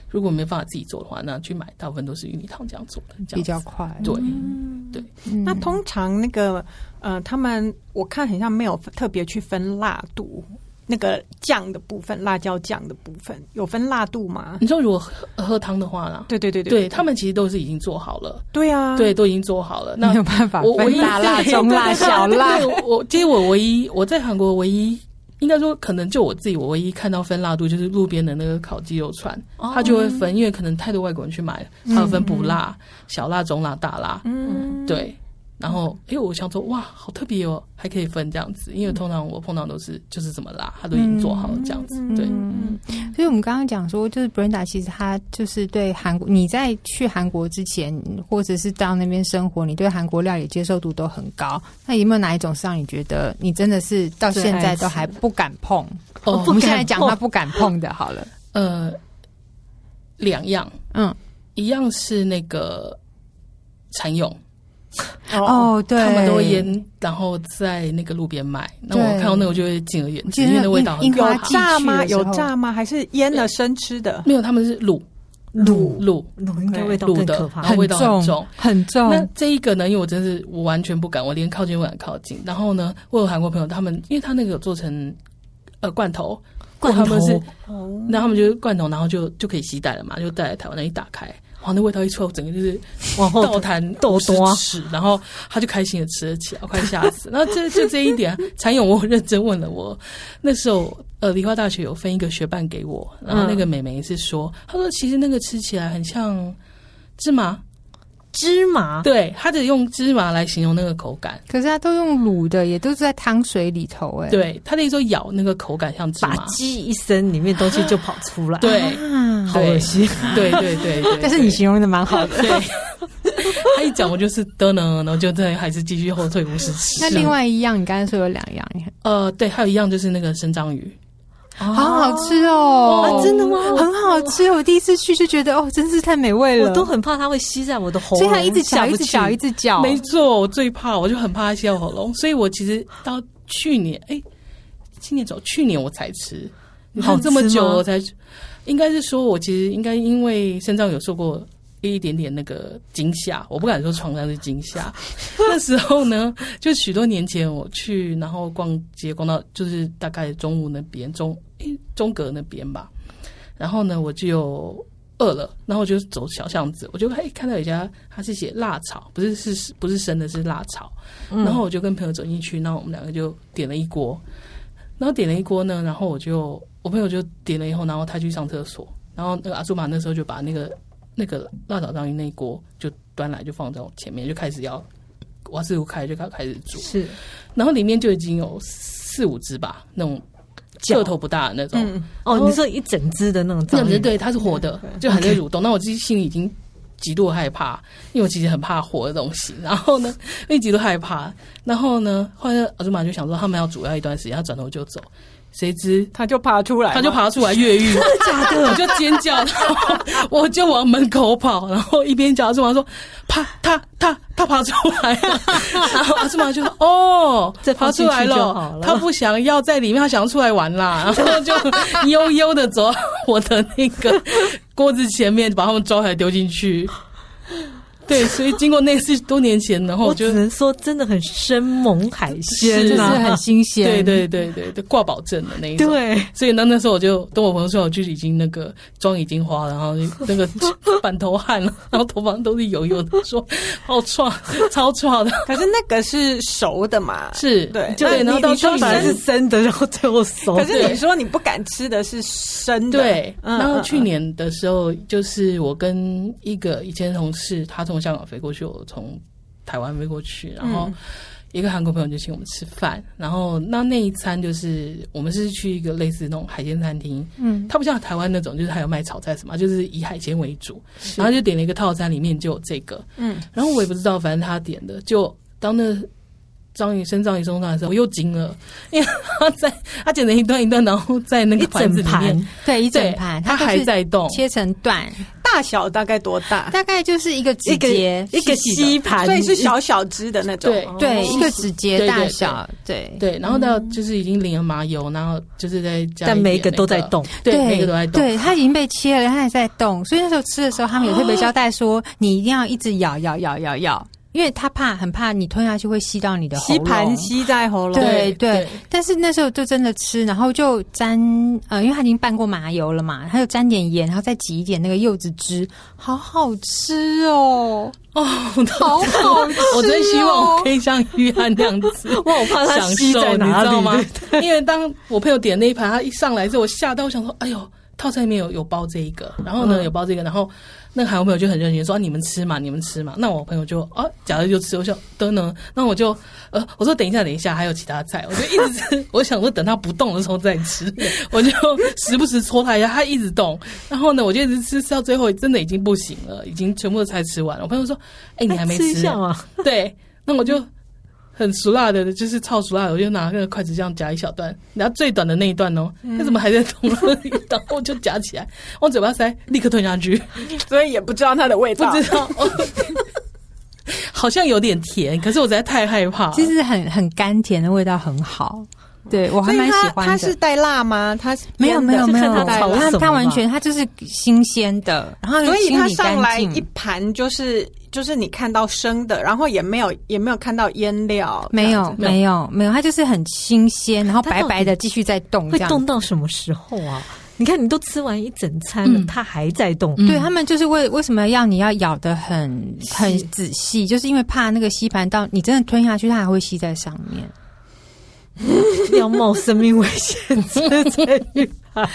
Speaker 4: 如果没办法自己做的话，那去买大部分都是玉米糖浆做的，这样
Speaker 1: 比较
Speaker 4: 子
Speaker 1: 快，
Speaker 4: 对。
Speaker 1: 嗯
Speaker 3: 那通常那个呃，他们我看很像没有特别去分辣度，那个酱的部分，辣椒酱的部分有分辣度吗？
Speaker 4: 你说如果喝喝汤的话啦，
Speaker 3: 对对对
Speaker 4: 对他们其实都是已经做好了，
Speaker 3: 对啊，
Speaker 4: 对，都已经做好了。那
Speaker 1: 没有办法
Speaker 4: 我我
Speaker 1: 分大辣、中辣、小辣。
Speaker 4: 对对对我其实我唯一我在韩国唯一。应该说，可能就我自己，我唯一看到分辣度就是路边的那个烤鸡肉串，
Speaker 2: 哦
Speaker 4: 它就会分，因为可能太多外国人去买了，它
Speaker 1: 嗯
Speaker 4: 有分补辣、小辣、中辣、大辣，
Speaker 3: 嗯，
Speaker 4: 对。然后，哎、我想说，哇，好特别哦，还可以分这样子，因为
Speaker 1: 嗯
Speaker 4: 通常我碰到都是就是怎么辣，它都已经做好了这样子，对。
Speaker 1: 嗯，所以我们刚刚讲说，就是 Brenda 其实她就是对韩国，你在去韩国之前，或者是到那边生活，你对韩国料理接受度都很高。那有没有哪一种是让你觉得你真的是到现在都还不敢碰？
Speaker 4: 哦
Speaker 1: 我们现在讲他不敢碰的，好了，
Speaker 4: 呃，两样，
Speaker 1: 嗯，
Speaker 4: 一样是那个蚕蛹，嗯
Speaker 3: 哦，
Speaker 1: 哦，对，
Speaker 4: 他们都会腌，然后在那个路边卖。那我
Speaker 1: 对
Speaker 4: 看到那个我就会敬而远之，
Speaker 1: 记得
Speaker 4: 因为那味
Speaker 1: 樱
Speaker 4: 道很
Speaker 1: 樱
Speaker 4: 好。
Speaker 1: 花
Speaker 3: 有
Speaker 1: 季
Speaker 3: 炸
Speaker 1: 去
Speaker 3: 吗？
Speaker 1: 的时
Speaker 3: 有
Speaker 1: 候
Speaker 3: 炸吗？还是腌了生吃的？
Speaker 4: 没有，他们是卤
Speaker 2: 卤
Speaker 4: 卤
Speaker 2: 卤应该味道
Speaker 4: 嗯卤
Speaker 2: 更
Speaker 4: 的
Speaker 2: 可怕，
Speaker 4: 然后味道很重
Speaker 1: 重，很
Speaker 4: 那
Speaker 1: 重，
Speaker 4: 这一个呢，因为我真是我完全不敢，我连靠近都不敢靠近。然后呢，我有韩国朋友，他们因为他那个有做成呃罐头，
Speaker 2: 罐
Speaker 4: 他们
Speaker 2: 头
Speaker 4: 是
Speaker 3: 哦，
Speaker 4: 那他们就是罐头，然后就就可以携带了嘛，就带来台湾，那一打开，哇，那味道一出来，我整个就是
Speaker 2: 往后
Speaker 4: 倒弹
Speaker 2: 豆多啊
Speaker 4: 吃，然后他就开心的吃了起来，我快吓死。 然后这就这一点，蚕蛹我认真问了我，那时候呃，梨花大学有分一个学伴给我，然后那个美眉是说，她说其实那个吃起来很像芝麻，
Speaker 2: 芝麻，
Speaker 4: 对，她得用芝麻来形容那个口感。
Speaker 1: 可是他都用卤的，也都是在汤水里头，哎，
Speaker 4: 对，她的意思说咬那个口感像芝
Speaker 2: 把
Speaker 4: 麻，
Speaker 2: 鸡一伸，里面东西就跑出来，，
Speaker 4: 对，
Speaker 1: 啊，
Speaker 2: 好恶心。
Speaker 4: 对对对对。
Speaker 1: 但是你
Speaker 4: 对
Speaker 1: 形容的蛮好的。
Speaker 4: 对，他一讲我就是的呢，然后就真的还是继续后退五十尺。
Speaker 1: 那另外一样，你刚才说有两样，你看
Speaker 4: 呃，对，还有一样就是那个生章鱼，
Speaker 1: 好好吃哦
Speaker 2: 啊，真的吗？
Speaker 1: 很好吃。我第一次去就觉得哦，真是太美味
Speaker 2: 我
Speaker 1: 了，
Speaker 2: 都很怕它会吸在我的喉
Speaker 1: 所
Speaker 2: 咙，
Speaker 1: 以它一直嚼，
Speaker 2: 下
Speaker 1: 一
Speaker 2: 不
Speaker 1: 直
Speaker 2: 去
Speaker 1: 嚼，一直嚼。
Speaker 4: 没啊错，我最怕，我就很怕它吸到喉咙，所以我其实到去年，哎，今年走，去年我才吃，你看
Speaker 2: 好吃
Speaker 4: 这么久
Speaker 2: 吗
Speaker 4: 我才，应该是说我其实应该因为生章有受过。一点点那个惊吓，我不敢说床上是惊吓。那时候呢，就许多年前我去，然后逛街逛到就是大概中午那边中诶中阁那边吧，然后呢我就饿了，然后我就走小巷子，我就哎看到有一家它是写辣炒，不是是不是生的是辣炒，然后我就跟朋友走进去，然后我们两个就点了一锅，然后点了一锅呢，然后我就我朋友就点了以后，然后他去上厕所，然后那个阿祖玛那时候就把那个那个辣炒章鱼那一锅就端来就放在我前面，就开始要瓦斯炉开就开开始煮，
Speaker 2: 是
Speaker 4: 然后里面就已经有四五只吧，那种
Speaker 2: 脚
Speaker 4: 个头不大的那种，
Speaker 3: 嗯，
Speaker 2: 哦
Speaker 4: 然，后
Speaker 2: 你说一整只的那种
Speaker 4: 这
Speaker 2: 章
Speaker 4: 样
Speaker 2: 鱼，
Speaker 4: 子，对，它是活的，就还在蠕动。那我自己心里已经极度害怕，因为我其实很怕活的东西。然后呢，因为极度害怕，然后呢，后来阿祖玛就想说他们要煮要一段时间，他转头就走，谁知
Speaker 3: 他就爬出来，
Speaker 4: 他就。爬出来越狱，真的假的？我就尖叫，然后我就往门口跑，然后一边叫阿祖玛说：“啪，他他他爬出来 了。”然后阿祖玛就说：“哦
Speaker 2: 再，
Speaker 4: 爬
Speaker 2: 放
Speaker 4: 出
Speaker 2: 进去
Speaker 4: 来
Speaker 2: 就好了
Speaker 4: 他不想要在里面，他想要出来玩 啦。”然后就悠悠的走到我的那个锅子前面，把他们抓回来丢进去。对，所以经过那次多年前，然后
Speaker 2: 我
Speaker 4: 我就
Speaker 2: 只能说真的很生猛海
Speaker 1: 真
Speaker 2: 鲜啊
Speaker 1: 的
Speaker 4: 是
Speaker 1: 是
Speaker 2: 呐、
Speaker 1: 很新鲜，
Speaker 4: 对对对对对挂保证的那一种。
Speaker 2: 对，
Speaker 4: 所以呢，那时候我就跟我朋友说，我就是已经那个妆已经花了，然后那 个满头汗了，然后头发都是油油的，说好创，超 创的，
Speaker 3: 可是那个是熟的嘛？
Speaker 4: 是
Speaker 3: 对
Speaker 4: 就
Speaker 3: 那
Speaker 4: 对，
Speaker 3: 你
Speaker 4: 然后到
Speaker 3: 你
Speaker 4: 去
Speaker 3: 说
Speaker 2: 它本来
Speaker 4: 年
Speaker 2: 是生的，然后最后熟
Speaker 3: 可
Speaker 2: 的。
Speaker 3: 是你说你不敢吃的是生的，
Speaker 4: 对，
Speaker 3: 嗯
Speaker 4: 然后
Speaker 3: 嗯
Speaker 4: 去年的时候，就是我跟一个以前同事，他从香港飞过去，我从台湾飞过去，然后
Speaker 3: 嗯
Speaker 4: 一个韩国朋友就请我们吃饭，然后那那一餐就是我们是去一个类似那种海鲜餐厅，
Speaker 1: 嗯，
Speaker 4: 它不像台湾那种，就是还有卖炒菜什么，就是以海鲜为主，然后就点了一个套餐，里面就有这个，
Speaker 3: 嗯，
Speaker 4: 然后我也不知道，反正他点的，就当那章鱼生章鱼送上来的时候，我又惊了， 因为他在他剪成一段一段，然后在那
Speaker 2: 一
Speaker 4: 个盘
Speaker 2: 整
Speaker 4: 子里
Speaker 2: 盘
Speaker 4: 面，
Speaker 1: 对一
Speaker 4: 对
Speaker 1: 整盘，
Speaker 4: 它
Speaker 1: 都
Speaker 4: 还
Speaker 1: 是
Speaker 4: 在动，
Speaker 1: 切成段，
Speaker 3: 大小大概多大？
Speaker 1: 大概就是一个指
Speaker 2: 一个
Speaker 1: 节，
Speaker 2: 一个
Speaker 4: 细细的
Speaker 2: 吸盘，
Speaker 3: 所以是小小只的那种。哦
Speaker 4: 对
Speaker 1: 对一个指节
Speaker 4: 对对
Speaker 1: 大
Speaker 4: 对
Speaker 1: 小，对
Speaker 4: 对，然后到就是已经淋了麻油，然后就是在加一点那，
Speaker 2: 但
Speaker 1: 嗯
Speaker 2: 每一个都在动，
Speaker 4: 对，每一个都在动，
Speaker 1: 对，它已经被切了，它还在动，所以那时候吃的时候，他们有特别交代说，你一定要一直咬咬咬咬咬，因为他怕很怕你吞下去会吸到你的喉
Speaker 3: 吸
Speaker 1: 咙
Speaker 3: 盘吸在喉咙，
Speaker 1: 对对
Speaker 4: 对
Speaker 1: 但是那时候就真的吃，然后就沾呃，因为它已经拌过麻油了嘛，它就沾点盐，然后再挤一点那个柚子汁，好好吃哦， 好好吃、 哦
Speaker 4: 我真希望我可以像玉安那样子
Speaker 2: 我好怕它
Speaker 4: 享
Speaker 2: 吸
Speaker 4: 受，
Speaker 2: 在
Speaker 4: 你
Speaker 2: 哪
Speaker 4: 知道
Speaker 2: 里哎
Speaker 4: 吗？ 因为当我朋友点那一盘，他一上来之后，我吓到，我想说，哎呦。套餐里面有有包这一个，然后呢有包这个，然后那个韩国朋友就很热情地说、啊你们吃嘛，你们吃嘛。那我朋友就哦，假如就吃，我想等呢，那我就呃我说等一下等一下，还有其他菜，我就一直 吃，我想说等他不动的时候再吃，我就 时不时戳他一下，他一直动，然后呢我就一直吃，吃到最后真的已经不行了，已经全部的菜吃完了。我朋友说，哎、你还没
Speaker 2: 吃一
Speaker 4: 吃
Speaker 2: 下嘛？
Speaker 4: 对，那我就很熟辣的，就是超熟辣的，我就拿那个筷子这样夹一小段，然后最短的那一段哦，它怎么还在动？然后我就夹起来，往嘴巴塞，立刻吞下去，
Speaker 3: 所以也不知道它的味
Speaker 4: 不
Speaker 3: 道。
Speaker 4: 知道，哦 好像有点甜，可是我实在太害怕了。
Speaker 1: 其实很很甘甜的味道，很好。对我还
Speaker 3: 所以
Speaker 1: 蛮喜
Speaker 3: 它
Speaker 1: 欢的。
Speaker 3: 它是带辣吗？它是
Speaker 1: 没有没有
Speaker 2: 就
Speaker 1: 没
Speaker 2: 看
Speaker 1: 有，
Speaker 2: 它炒
Speaker 1: 它
Speaker 2: 什么
Speaker 1: 它完
Speaker 2: 吧
Speaker 1: 全它就是新鲜的，然后
Speaker 3: 所以
Speaker 1: 清
Speaker 3: 它
Speaker 1: 理
Speaker 3: 上
Speaker 1: 干
Speaker 3: 来
Speaker 1: 净
Speaker 3: 一盘就是就是你看到生的，然后也没有也没有看到腌料，
Speaker 1: 没有
Speaker 4: 没有
Speaker 1: 没有没有，它就是很新鲜，然后
Speaker 2: 它
Speaker 1: 白
Speaker 2: 到
Speaker 1: 白的继续在动这
Speaker 2: 会
Speaker 1: 样子
Speaker 2: 动到什么时候啊？你看，你都吃完一整餐了，
Speaker 1: 嗯
Speaker 2: 它还在动。
Speaker 1: 对他们就是为为什么要你要咬得很很仔细，就是因为怕那个吸盘到你真的吞下去，它还会吸在上面。
Speaker 2: 要冒生命危险吃这一盘，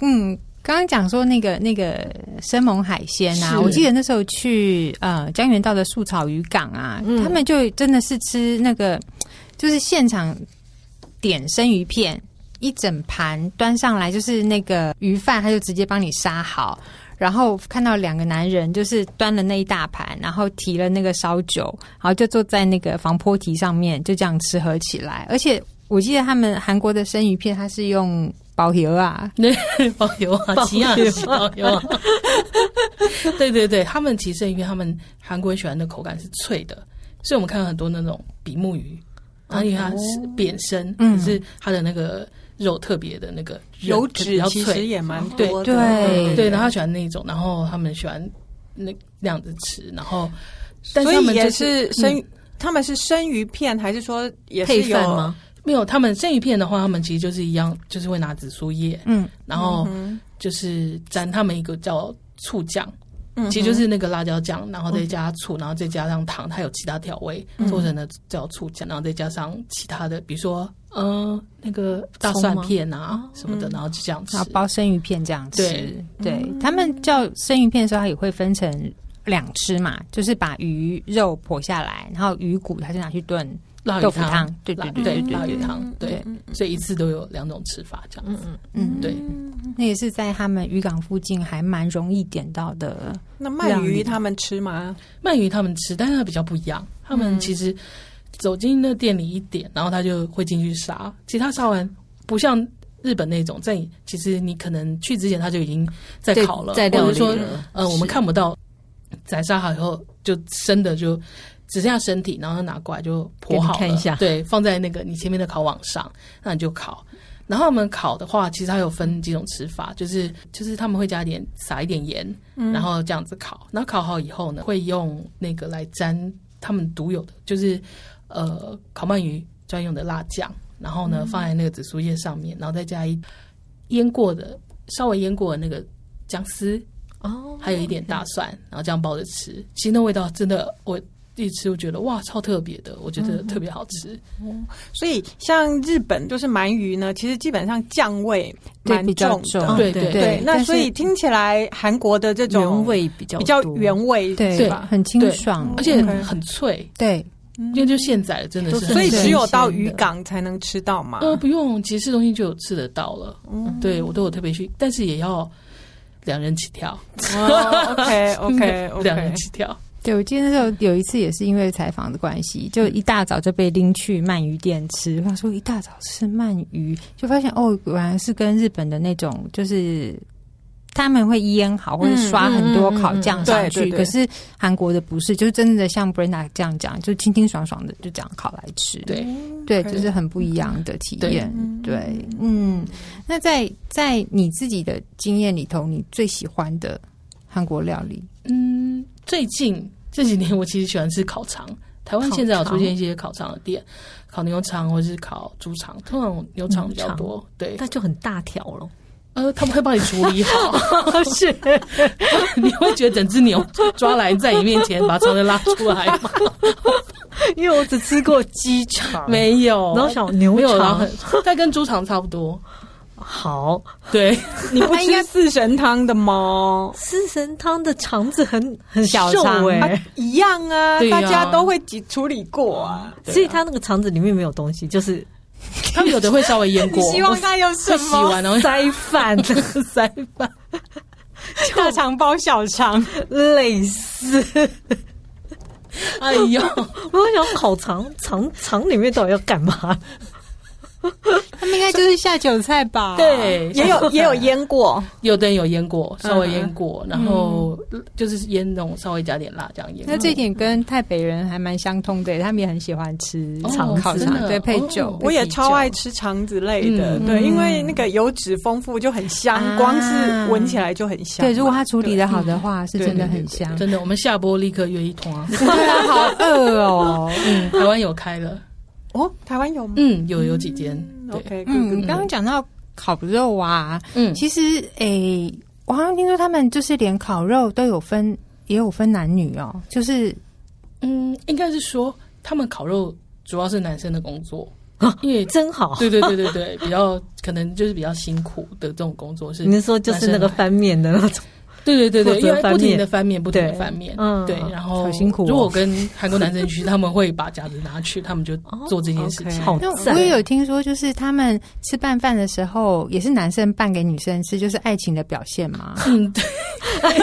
Speaker 1: 嗯，刚刚讲说那个那个生猛海鲜啊，
Speaker 4: 是
Speaker 1: 我记得那时候去呃江原道的素草渔港啊，
Speaker 2: 嗯
Speaker 1: 他们就真的是吃那个就是现场点生鱼片。一整盘端上来就是那个鱼饭，他就直接帮你杀好，然后看到两个男人就是端了那一大盘，然后提了那个烧酒，然后就坐在那个防坡堤上面就这样吃喝起来。而且我记得他们韩国的生鱼片，它是用保油啊，
Speaker 4: 对，包邮啊，奇亚是包邮啊。 对对对，他们其实因为他们韩国人喜欢的口感是脆的，所以我们看到很多那种比目鱼，然后因为它是
Speaker 3: 哦
Speaker 4: 扁身，
Speaker 1: 嗯
Speaker 4: 可是它的那个肉特别的那个韧
Speaker 3: 油
Speaker 4: 比
Speaker 3: 脂
Speaker 4: 较
Speaker 3: 其实
Speaker 4: 脆，
Speaker 3: 也蛮
Speaker 4: 对
Speaker 3: 多的。
Speaker 1: 对
Speaker 4: 对，然后他喜欢那种，然后他们喜欢那那样子吃，然后但是
Speaker 3: 所
Speaker 4: 他
Speaker 3: 以
Speaker 4: 们
Speaker 3: 也
Speaker 4: 就是嗯
Speaker 3: 是生，他们是生鱼片，还是说也是
Speaker 2: 配
Speaker 3: 有
Speaker 2: 饭？吗？
Speaker 4: 没有他们生鱼片的话，他们其实就是一样，就是会拿紫苏叶，
Speaker 1: 嗯，
Speaker 4: 然后
Speaker 3: 嗯
Speaker 4: 就是沾他们一个叫醋酱。
Speaker 3: 哼
Speaker 4: 其实就是那个辣椒酱，然后
Speaker 1: 嗯
Speaker 4: 再加醋，然后再加上糖，它有其他调味做成的叫醋酱，然后再加上其他的，比如说呃那个大蒜片啊什么的，然后就这样
Speaker 1: 哦嗯
Speaker 4: 吃
Speaker 1: 然后。包生鱼片这样吃。
Speaker 4: 对
Speaker 1: 他们叫生鱼片的时候，它也会分成两吃嘛，就是把鱼肉剖下来，然后鱼骨它就拿去炖
Speaker 4: 辣
Speaker 1: 豆
Speaker 4: 鱼
Speaker 1: 腐汤
Speaker 4: 汤，。
Speaker 1: 对
Speaker 4: 辣
Speaker 1: 对
Speaker 4: 对
Speaker 1: 对
Speaker 4: 对
Speaker 1: 对
Speaker 4: 辣
Speaker 1: 对
Speaker 4: 鱼
Speaker 1: 对，
Speaker 3: 嗯
Speaker 4: 汤，对，所以一次都有两种吃法这样
Speaker 2: 嗯
Speaker 4: 子。
Speaker 2: 嗯，
Speaker 1: 嗯，
Speaker 4: 对，
Speaker 1: 那也是在他们渔港附近还蛮容易点到的。
Speaker 3: 那鳗鱼他们吃吗？
Speaker 4: 鳗鱼他们吃，但是它比较不一样，他
Speaker 2: 嗯
Speaker 4: 们其实走进那店里一点，然后他就会进去杀，其实他杀完不像。日本那种，在你其实你可能去之前他就已经在
Speaker 2: 在
Speaker 4: 烤了，
Speaker 2: 在料
Speaker 4: 或者
Speaker 2: 理
Speaker 4: 说
Speaker 2: 了
Speaker 4: 呃，我们看不到宰杀好以后就生的就只剩下身体，然后拿过来就剖好了，
Speaker 2: 给你看一下
Speaker 4: 对，放在那个你前面的烤网上，那你就烤。然后我们烤的话，其实它有分几种吃法，就是就是他们会加一点撒一点盐，
Speaker 3: 嗯
Speaker 4: 然后这样子烤。然后烤好以后呢，会用那个来沾他们独有的，就是呃烤鳗鱼专用的辣酱，然后呢放在那个紫苏叶上面，然后再加一腌过的稍微腌过的那个姜丝，
Speaker 1: 嗯
Speaker 2: 哦，
Speaker 4: 还有一点大蒜，然后这样包着吃。其实那味道真的，我一吃我觉得哇，超特别的，我觉得特别好吃。
Speaker 3: 所以像日本就是鳗鱼呢，其实基本上酱味
Speaker 1: 对
Speaker 3: 蛮
Speaker 1: 比较
Speaker 3: 重的。
Speaker 1: 重
Speaker 4: 对
Speaker 2: 对
Speaker 3: 对，
Speaker 1: 但
Speaker 3: 那
Speaker 1: 是
Speaker 3: 所以听起来韩国的这种
Speaker 2: 原味比较
Speaker 3: 比较
Speaker 2: 多
Speaker 3: 原味，
Speaker 1: 对
Speaker 4: 对，
Speaker 3: 吧
Speaker 1: 很清爽，
Speaker 4: 而且
Speaker 1: 嗯
Speaker 3: 嗯
Speaker 4: 很脆，
Speaker 1: 对，
Speaker 4: 因嗯为就现宰的真的是
Speaker 2: 都
Speaker 4: 很
Speaker 2: 是
Speaker 3: 所以
Speaker 4: 脆
Speaker 3: 只有到
Speaker 2: 很新
Speaker 3: 渔
Speaker 2: 鲜的
Speaker 3: 港才能吃到嘛。
Speaker 4: 呃不用，其实吃东西就有吃得到了。
Speaker 3: 嗯
Speaker 4: 对我都有特别去，但是也要两人起跳，
Speaker 3: 哦 OK OK
Speaker 4: 两人
Speaker 3: OK，
Speaker 4: 起跳。
Speaker 1: 对，我记得那时候有一次也是因为采访的关系，就一大早就被拎去鳗鱼店吃。我想说一大早吃鳗鱼，就发现哦，果然是跟日本的那种，就是他们会腌好或者刷很多烤酱上去，
Speaker 3: 嗯嗯嗯嗯对对对
Speaker 1: 可是韩国的不是，就是真的像 Brenda 这样讲，就清清爽爽的就这样烤来吃。
Speaker 4: 对，
Speaker 1: 对，
Speaker 3: OK
Speaker 1: 就是很不一样的体验。对，嗯，那在在你自己的经验里头，你最喜欢的韩国料理？
Speaker 4: 嗯，最近这几年我其实喜欢吃烤肠，台湾
Speaker 2: 烤
Speaker 4: 现在有出
Speaker 2: 肠
Speaker 4: 现一些烤肠的店，烤牛肠或是烤猪肠，通常牛肠比较
Speaker 2: 牛肠
Speaker 4: 多。
Speaker 3: 嗯
Speaker 4: 对，
Speaker 2: 那就很大条 了。
Speaker 4: 呃，他们会帮你处理好， 是，你会觉得整只牛抓来在你面前，把肠子拉出来 吗？
Speaker 2: 因为我只吃过鸡肠，
Speaker 4: 没有，
Speaker 2: 然后小牛
Speaker 4: 没有，然后
Speaker 2: 肠
Speaker 4: 很，但跟猪肠差不多。
Speaker 2: 好，
Speaker 4: 对，
Speaker 3: 你不吃四神汤的吗？
Speaker 2: 四神汤的肠子很很
Speaker 5: 小
Speaker 2: 瘦
Speaker 5: 肠
Speaker 2: 哎、
Speaker 3: 啊一样啊，
Speaker 4: 对啊
Speaker 3: 大家都会几处理过啊。
Speaker 4: 对啊
Speaker 2: 所以它那个肠子里面没有东西，就是
Speaker 4: 他们有的会稍微腌
Speaker 3: 你
Speaker 4: 过，
Speaker 3: 希望它有什
Speaker 4: 会洗
Speaker 3: 么？
Speaker 4: 完然后
Speaker 2: 塞 饭
Speaker 4: 塞饭。
Speaker 3: 大肠包小肠，
Speaker 2: 类似。
Speaker 4: 哎 呦，
Speaker 2: 我想烤肠肠肠里面到底要干嘛？
Speaker 1: 他们应该就是下酒菜吧？，
Speaker 4: 对，
Speaker 3: 也有也有腌过，
Speaker 4: 有的人有腌过，
Speaker 1: 嗯
Speaker 4: 稍微腌过，然后就是腌那种稍微加点辣这样腌过。
Speaker 1: 那这一点跟台北人还蛮相通的，他们也很喜欢吃
Speaker 4: 哦
Speaker 1: 肠烤
Speaker 4: 真
Speaker 1: 肠，
Speaker 4: 的
Speaker 1: 对，配
Speaker 4: 哦
Speaker 1: 酒。
Speaker 3: 我也超爱吃肠子类的，
Speaker 4: 嗯
Speaker 3: 对，因为那个油脂丰富就很香，
Speaker 1: 啊
Speaker 3: 光是闻起来就很香嘛。
Speaker 1: 对，如果他处理的好的话，是
Speaker 3: 对
Speaker 1: 真的
Speaker 3: 对对
Speaker 1: 很香。
Speaker 4: 真的，我们下播立刻约一通啊！
Speaker 1: 真的好饿哦。
Speaker 4: 嗯，台湾有开了，
Speaker 3: 对哦，台湾有吗？
Speaker 4: 嗯，有有几间，对，
Speaker 3: OK，
Speaker 1: 嗯，
Speaker 3: 嗯
Speaker 1: 你，刚刚讲到烤肉啊，
Speaker 4: 嗯，
Speaker 1: 其实诶、我好像听说他们就是连烤肉都有分，也有分男女哦，就是
Speaker 4: 嗯，应该是说他们烤肉主要是男生的工作， 因为
Speaker 2: 真好。
Speaker 4: 对对对对对，比较可能就是比是比较辛苦的这种工作是，
Speaker 2: 你是说就是那个翻面的那种，
Speaker 4: 对对对对，
Speaker 2: 负责
Speaker 4: 因为
Speaker 2: 翻
Speaker 4: 不停
Speaker 2: 面
Speaker 4: 的翻面，不停的
Speaker 2: 对
Speaker 4: 翻面，
Speaker 2: 嗯
Speaker 4: 对，然后
Speaker 2: 好辛苦哦
Speaker 4: 如果跟韩国男生去，他们会把夹子拿去，他们 就
Speaker 2: 哦
Speaker 4: 做这件事
Speaker 3: OK
Speaker 4: 情。
Speaker 2: 好
Speaker 1: 那
Speaker 2: 赞
Speaker 1: 我也有听说，就是他们吃拌饭的时候，也是男生拌给女生吃，就是爱情的表现嘛。
Speaker 4: 嗯，对，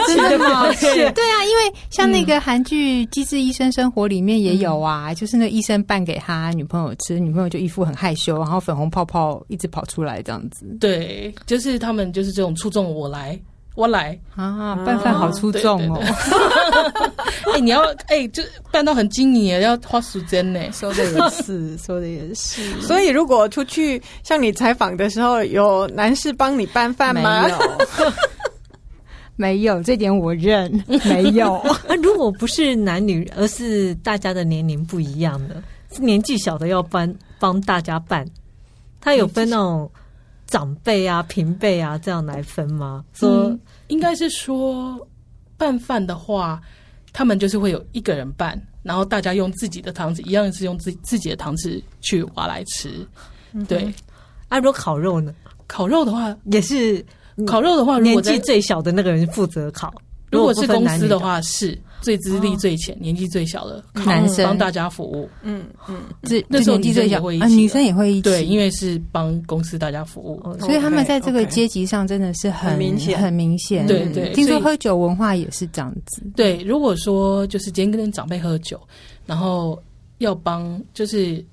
Speaker 1: 真的吗？对啊，因为像那个韩剧《机智医生生活》里面也有
Speaker 4: 嗯
Speaker 1: 啊，就是那医生拌给他女朋友吃，女朋友就一副很害羞，然后粉红泡泡一直跑出来这样子
Speaker 4: 对，就是他们就是这种触动我来，我来。
Speaker 1: 啊，拌饭好出众哦，
Speaker 4: 哎、你要 哎、就办到很精明耶，要花时间呢。
Speaker 5: 说的 也是，说的也是。
Speaker 3: 所以如果出去像你采访的时候，有男士帮你拌饭吗？嗯
Speaker 1: 没有这点我认，没 有。
Speaker 2: 啊，如果不是男女，而是大家的年龄不一样的，是年纪小的要帮帮大家办，他有分那种长辈啊、平辈啊这样来分吗？说、
Speaker 4: 嗯应该是说拌饭的话，他们就是会有一个人拌，然后大家用自己的汤匙，一样是用自自己的汤匙去挖来吃。对，
Speaker 2: 啊，如果烤肉呢，
Speaker 4: 烤肉的话，
Speaker 2: 也是
Speaker 4: 烤肉的话，如
Speaker 2: 年
Speaker 4: 果
Speaker 2: 纪
Speaker 4: 在
Speaker 2: 最小的那个人负责烤。
Speaker 4: 如果
Speaker 2: 不
Speaker 4: 是
Speaker 2: 分
Speaker 4: 公
Speaker 2: 男
Speaker 4: 司
Speaker 2: 女
Speaker 4: 的，话，是最资历最浅、年纪最小的烤
Speaker 1: 嗯男生
Speaker 4: 帮大家服务。
Speaker 3: 嗯嗯，
Speaker 1: 这
Speaker 4: 那时候
Speaker 1: 这年纪
Speaker 4: 女生
Speaker 1: 最
Speaker 4: 也
Speaker 1: 小
Speaker 4: 会一
Speaker 1: 啊，
Speaker 4: 起
Speaker 1: 女
Speaker 4: 的
Speaker 1: 生也会一起，
Speaker 4: 对，因为是帮公司大家服务。
Speaker 2: 哦
Speaker 1: 所以他们在这个
Speaker 3: OK，OK
Speaker 1: 阶级上真的是很
Speaker 3: 很明显
Speaker 1: 很明显。
Speaker 4: 对
Speaker 1: 嗯
Speaker 4: 对
Speaker 1: 听
Speaker 4: 所
Speaker 1: 说
Speaker 4: 以
Speaker 1: 喝酒文化也是这样子。
Speaker 4: 对，如果说就是今天跟长辈喝酒，然后要帮就是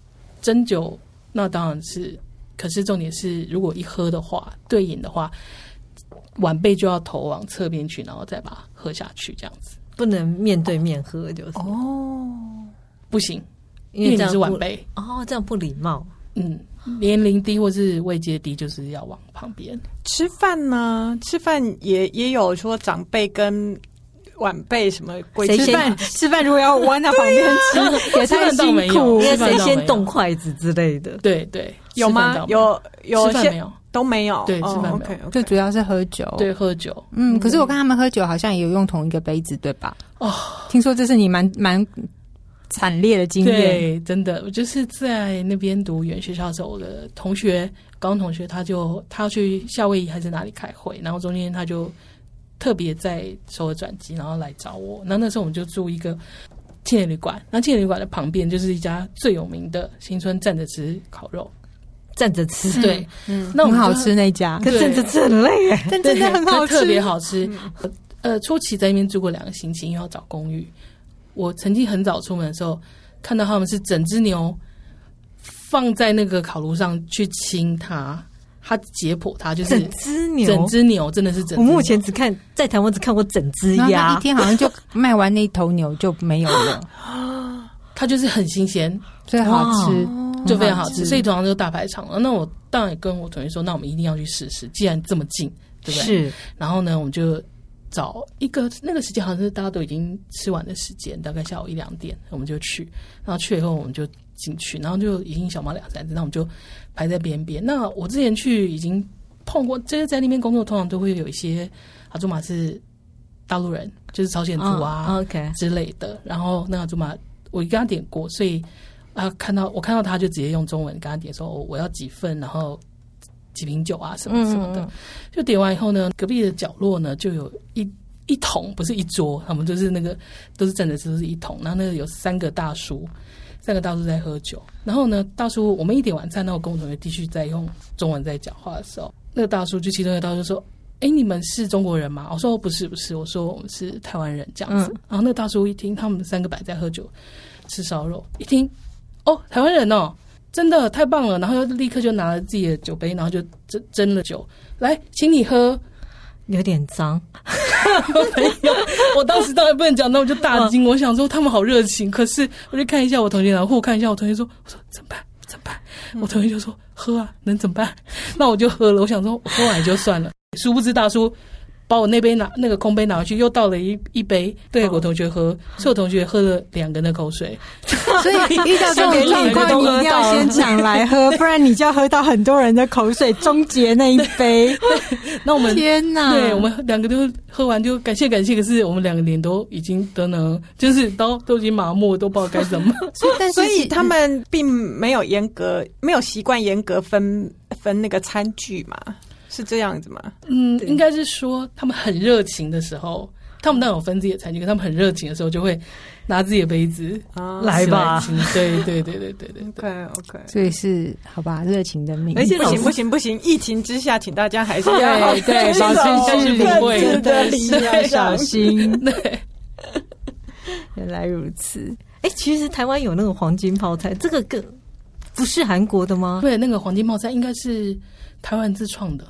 Speaker 4: 斟酒，那当然是，可是重点是，如果一喝的话，对饮的话，晚辈就要头往侧边去，然后再把它喝下去，这样子
Speaker 2: 不能面对面喝，就是
Speaker 4: 不行，
Speaker 2: 因
Speaker 4: 哦因为
Speaker 2: 为这
Speaker 4: 你
Speaker 2: 样
Speaker 4: 是晚
Speaker 2: 不
Speaker 4: 辈，
Speaker 2: 哦，这样不礼貌。
Speaker 4: 嗯，年龄低或是位阶低，就是要往旁边。
Speaker 3: 吃饭呢？吃饭也也有说长辈跟晚辈什么鬼
Speaker 2: 谁
Speaker 3: 吃
Speaker 2: 先
Speaker 3: 饭？
Speaker 1: 吃饭如果要弯到旁边吃，也
Speaker 4: 吃饭倒没有，
Speaker 2: 应该
Speaker 4: 吃饭
Speaker 2: 谁
Speaker 4: 倒没
Speaker 2: 先
Speaker 4: 有
Speaker 2: 动？筷子之类的。
Speaker 4: 对对，
Speaker 3: 有
Speaker 4: 吃饭
Speaker 3: 吗
Speaker 4: 倒？没
Speaker 3: 有有
Speaker 4: 吃饭没
Speaker 3: 些
Speaker 4: 有？哦
Speaker 3: 都没有。哦
Speaker 4: 对吃饭没有
Speaker 3: OK OK。
Speaker 1: 最主要是喝酒。
Speaker 4: 对，，喝酒。
Speaker 1: 嗯，可是我看他们喝酒好像也有用同一个杯子，对吧？
Speaker 4: 哦，
Speaker 1: 听说这是你蛮蛮惨烈的经验。
Speaker 4: 对，真的，我就是在那边读语言学校的时候，我的同学，高中同学，他就他要去夏威夷还是哪里开会，然后中间他就特别在首尔转机，然后来找我。那那时候我们就住一个青年旅馆，那青年旅馆的旁边就是一家最有名的新村站着吃烤肉，
Speaker 2: 站着吃，
Speaker 4: 对，
Speaker 3: 嗯
Speaker 4: 那我
Speaker 1: 嗯很
Speaker 4: 们就
Speaker 1: 好吃那家，
Speaker 2: 可
Speaker 4: 对
Speaker 2: 站着吃很累 哎。
Speaker 1: 但真的很好吃，
Speaker 4: 特别好吃。呃，初期在那边住过两个星期，因为要找公寓。我曾经很早出门的时候，看到他们是整只牛放在那个烤炉上去清它，它解剖它，就是
Speaker 2: 整只牛，
Speaker 4: 整只牛真的是整只
Speaker 2: 我
Speaker 4: 牛。
Speaker 2: 目前只看在台湾只看过整只
Speaker 1: 然后
Speaker 5: 啊
Speaker 1: 他一
Speaker 2: 鸭，
Speaker 1: 天好像就卖完那头牛就没有 了，
Speaker 4: 它就是很新鲜，
Speaker 1: 所以好吃，
Speaker 4: 就非常好吃，所以通常都是大排场了。那我
Speaker 2: 嗯
Speaker 4: 当然也跟我同学说，那我们一定要去试试，既然这么近，对不对？
Speaker 2: 是
Speaker 4: 然后呢，我们就找一个那个时间好像是大家都已经吃完的时间，大概下午一两点，我们就去。然后去了以后，我们就进去，然后就已经小猫两三只，那我们就排在边边。那我之前去已经碰过，就是在那边工作，通常都会有一些阿祖玛是大陆人，就是朝鲜族啊、
Speaker 2: 嗯 OK，
Speaker 4: 之类的。然后那个祖玛，我跟他点过，所以啊，看到我看到他就直接用中文跟他点说，哦我要几份，然后几瓶酒啊什么什么的。就点完以后呢，隔壁的角落呢就有一一桶，不是一桌，他们就是那个都是站着吃，都是一桶。然后那个有三个大叔，三个大叔在喝酒。然后呢，大叔我们一点完菜，那我跟我同学继续在用中文在讲话的时候，那个大叔就其中一个大叔说。哎，你们是中国人吗？哦我说不是，不是，我说我们是台湾人这样子。然后那个大叔一听，他们三个摆在喝酒吃烧肉，一听哦，台湾人哦，真的太棒了！然后立刻就拿了自己的酒杯，然后就斟斟了酒，来，请你喝。
Speaker 2: 有点脏，
Speaker 4: 我当时当然不能讲，那我就大惊。我想说他们好热情，可是我就看一下我同学，然后互看一下我同学说，我说怎么办？怎么办？我同学就说喝啊，能怎么办？ 那我就喝了。我想说我喝完也就算了，殊不知大叔。把我那杯拿那个空杯拿回去，又倒了一一杯，对我同学喝，所以我同学喝了两个那口水，
Speaker 5: 所以 遇到这种状况，
Speaker 2: 都
Speaker 5: 你
Speaker 2: 喝
Speaker 5: 一定
Speaker 2: 到
Speaker 5: 要
Speaker 2: 了
Speaker 5: 先抢来喝，不然你就要喝到很多人的口水，终结那一 杯。
Speaker 4: 那我们
Speaker 5: 天哪！
Speaker 4: 对我们两个都喝完就感谢感谢，可是我们两个脸都已经都能就是都都已经麻木，都不知道该怎 么。
Speaker 1: 所以但是
Speaker 3: 所以
Speaker 1: 其
Speaker 3: 他们并没有严格，没有习惯严格分分那个餐具嘛，是这样子吗？
Speaker 4: 嗯，应该是说他们很热情的时候，他们当然有分自己的餐具，可他们很热情的时候就会拿自己的杯子
Speaker 3: 啊
Speaker 2: 来吧
Speaker 4: 吃吃对对对对对对对。
Speaker 3: ，OK OK。
Speaker 5: 所以是好吧，热情的命。
Speaker 3: 而
Speaker 1: 哦
Speaker 3: 且不行哎不行不行，疫情之下，请大家还是要
Speaker 5: 对对
Speaker 3: 遵
Speaker 5: 保持
Speaker 3: 守
Speaker 5: 距离
Speaker 3: 各自
Speaker 5: 对
Speaker 3: 的礼
Speaker 5: 是要小
Speaker 3: 仪。
Speaker 5: 心。
Speaker 4: 对，
Speaker 5: 原来如此，
Speaker 2: 哎、其实台湾有那个黄金泡菜，这个更不是韩国的吗？
Speaker 4: 对，那个黄金冒菜应该是台湾自创的，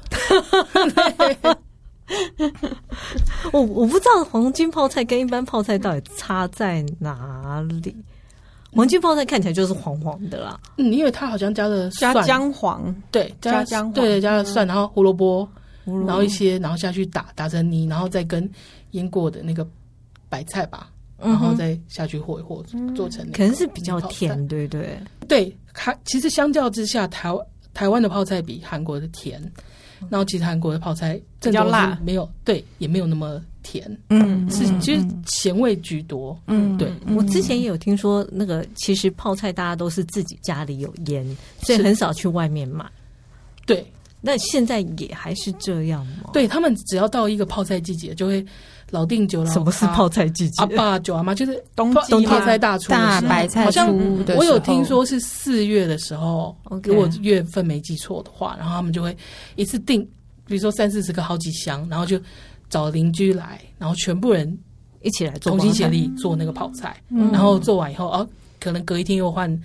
Speaker 2: 我我不知道黄金泡菜跟一般泡菜到底差在哪里。黄金泡菜看起来就是黄黄的啦，
Speaker 4: 嗯，因为它好像加了
Speaker 3: 加
Speaker 4: 蒜，
Speaker 3: 姜黄，
Speaker 4: 对，
Speaker 3: 加
Speaker 4: 加
Speaker 3: 姜黄
Speaker 4: 对，加了蒜，然后胡萝卜，然后一些，然后下去打打成泥，然后再跟腌过的那个白菜吧，然后再下去和一和，做成那个
Speaker 2: 可能是比较
Speaker 4: 嗯泡菜
Speaker 2: 甜，对不对？
Speaker 4: 对，还其实相较之下，台湾台湾的泡菜比韩国的甜，然后其实韩国的泡菜
Speaker 3: 比较辣
Speaker 4: 正宗是没有对，也没有那么甜，
Speaker 5: 嗯
Speaker 4: 是其实咸味居多。
Speaker 5: 嗯
Speaker 4: 对，
Speaker 2: 我之前也有听说，那个其实泡菜大家都是自己家里有腌，所以
Speaker 4: 是
Speaker 2: 很少去外面买。
Speaker 4: 对，
Speaker 2: 那现在也还是这样吗？，
Speaker 4: 对他们只要到一个泡菜季节，就会老订酒了。啊
Speaker 2: 什么是泡菜季节
Speaker 4: 阿？爸酒阿妈就是
Speaker 3: 冬
Speaker 4: 泡
Speaker 3: 季
Speaker 4: 泡菜大厨的
Speaker 1: 大
Speaker 4: 时候
Speaker 1: 白菜
Speaker 4: 好像
Speaker 1: 出的
Speaker 4: 我有
Speaker 1: 时候
Speaker 4: 听说是四月的时候
Speaker 2: OK
Speaker 4: 如果月份没记错的话，然后他们就会一次订，比如说三四十个好几箱，然后就找邻居来，然后全部人
Speaker 2: 一起来做
Speaker 4: 同心协
Speaker 2: 泡菜，
Speaker 4: 力做那个泡菜，
Speaker 1: 嗯
Speaker 4: 然后做完以后，哦，可能隔一天又换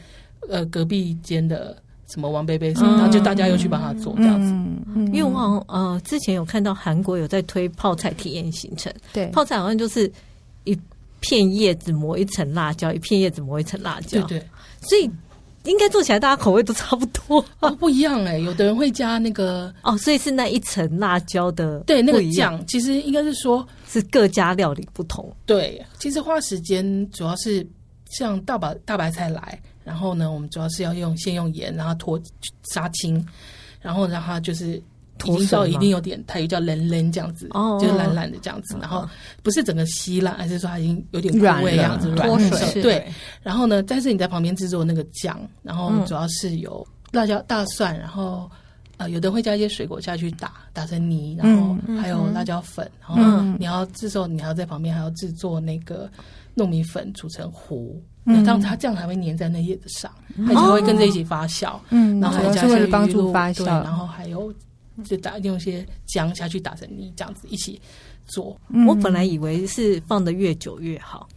Speaker 4: 呃隔壁间的什么王贝贝什么，
Speaker 2: 嗯
Speaker 4: 然后就大家又去帮他做这样子。
Speaker 1: 嗯，嗯
Speaker 2: 因为我好像呃之前有看到韩国有在推泡菜体验行程，
Speaker 1: 对
Speaker 2: 泡菜好像就是一片叶子抹一层辣椒，一片叶子抹一层辣椒，
Speaker 4: 对对，
Speaker 2: 所以应该做起来大家口味都差不多
Speaker 4: 哦不一样哎、有的人会加那个
Speaker 2: 哦，所以是那一层辣椒的
Speaker 4: 对那
Speaker 2: 不
Speaker 4: 个
Speaker 2: 一样
Speaker 4: 酱，其实应该是说
Speaker 2: 是各家料理不同，
Speaker 4: 对，其实花时间主要是像大白大白菜来，然后呢，我们主要是要用先用盐，然后脱杀青，然后让它就是。已
Speaker 2: 脱
Speaker 4: 经
Speaker 2: 水
Speaker 4: 到一
Speaker 2: 吗
Speaker 4: 定有点，它又叫冷冷这样子，
Speaker 2: 哦
Speaker 4: 就是烂烂的这样子，然后不是整个稀烂，而是说它已经有点
Speaker 5: 软
Speaker 4: 枯萎这样
Speaker 5: 了
Speaker 4: 子，
Speaker 3: 脱
Speaker 4: 软
Speaker 3: 水
Speaker 4: 了
Speaker 2: 是
Speaker 4: 对，然后呢，但是你在旁边制作那个酱，然后
Speaker 2: 嗯
Speaker 4: 主要是有辣椒、大蒜，然后呃，有的会加一些水果下去打打成泥，然后
Speaker 1: 嗯
Speaker 4: 还有辣椒粉，然后
Speaker 2: 嗯
Speaker 4: 你要这时候你还要在旁边还要制作那个糯米粉煮成糊。
Speaker 1: 嗯
Speaker 4: 那这样它这样才会粘在那叶子上，它就会跟着一起发酵。
Speaker 1: 嗯，
Speaker 4: 然后
Speaker 1: 主
Speaker 4: 还
Speaker 1: 要
Speaker 4: 加
Speaker 1: 是
Speaker 4: 一
Speaker 1: 为
Speaker 4: 些
Speaker 1: 了帮
Speaker 4: 鱼露
Speaker 1: 助发
Speaker 4: 对
Speaker 1: 酵，
Speaker 4: 然后还有就打用一些姜下去打成泥，这样子一起做。
Speaker 1: 嗯
Speaker 2: 我本来以为是放的越久越好，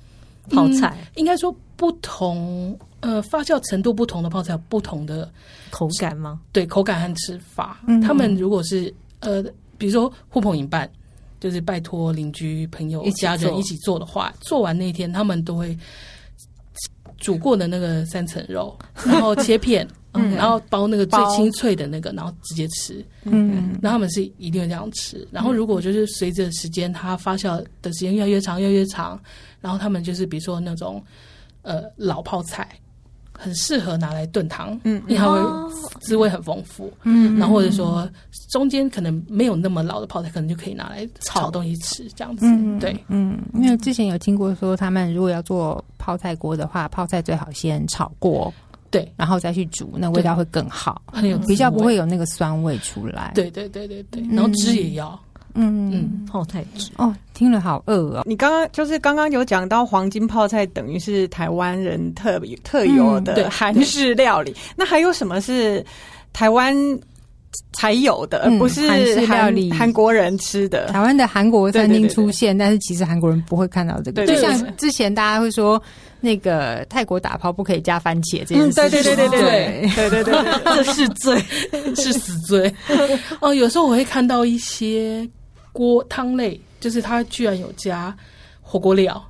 Speaker 4: 嗯
Speaker 2: 泡菜、
Speaker 4: 应该说不同呃发酵程度不同的泡菜有不同的
Speaker 2: 口感吗？
Speaker 4: 对口感和吃法。
Speaker 2: 嗯
Speaker 4: 他们如果是呃，比如说互捧引伴，就是拜托邻居、朋友
Speaker 2: 一、起
Speaker 4: 家人
Speaker 2: 做
Speaker 4: 一起做的话，做完那一 天他们都会煮过的那个三层肉，然后切片，嗯，然后包那个最
Speaker 3: 包
Speaker 4: 清脆的那个，然后直接吃。
Speaker 1: 嗯，
Speaker 4: 然后他们是一定会这样吃。然后如果就是随着时间它发酵的时间越来越长，越来越长，然后他们就是比如说那种呃老泡菜，很适合拿来炖汤，
Speaker 3: 嗯
Speaker 4: 因为它
Speaker 2: 哦
Speaker 4: 会滋味很丰富。
Speaker 1: 嗯
Speaker 4: 然后或者说中间可能没有那么老的泡菜，可能就可以拿来炒东西吃，这样子。
Speaker 1: 嗯
Speaker 4: 对，
Speaker 1: 嗯，因为之前有听过说，他们如果要做泡菜锅的话，泡菜最好先炒过，
Speaker 4: 对，
Speaker 1: 然后再去煮，那味道会更好，
Speaker 4: 很有滋味
Speaker 1: 比较不会。有那个酸味出来。，
Speaker 4: 嗯对对对对对，然后汁也要，
Speaker 1: 嗯嗯，
Speaker 4: 嗯，
Speaker 2: 泡菜汁，
Speaker 1: 哦，听了好饿哦。
Speaker 3: 你刚刚就是刚刚有讲到黄金泡菜，等于是台湾人特有特有
Speaker 4: 嗯对
Speaker 3: 的韩式料理。那还有什么是台湾才有的，
Speaker 1: 嗯
Speaker 3: 不是
Speaker 1: 韩式料
Speaker 3: 韩
Speaker 1: 理
Speaker 3: 韩国人吃的？
Speaker 1: 台湾的韩国餐
Speaker 3: 对对
Speaker 1: 厅
Speaker 3: 对对
Speaker 1: 出现，但是其实韩国人不会看到这个。
Speaker 3: 对
Speaker 1: 就
Speaker 3: 对
Speaker 1: 像之前大家会说，那个泰国打泡不可以加番茄这件事
Speaker 3: 嗯，
Speaker 1: 情，
Speaker 3: 对对对对对对对对对对，
Speaker 2: 这是最
Speaker 1: 嗯
Speaker 4: 是死 罪。哦，有时候我会看到一些锅汤类，就是它居然有加火 锅料，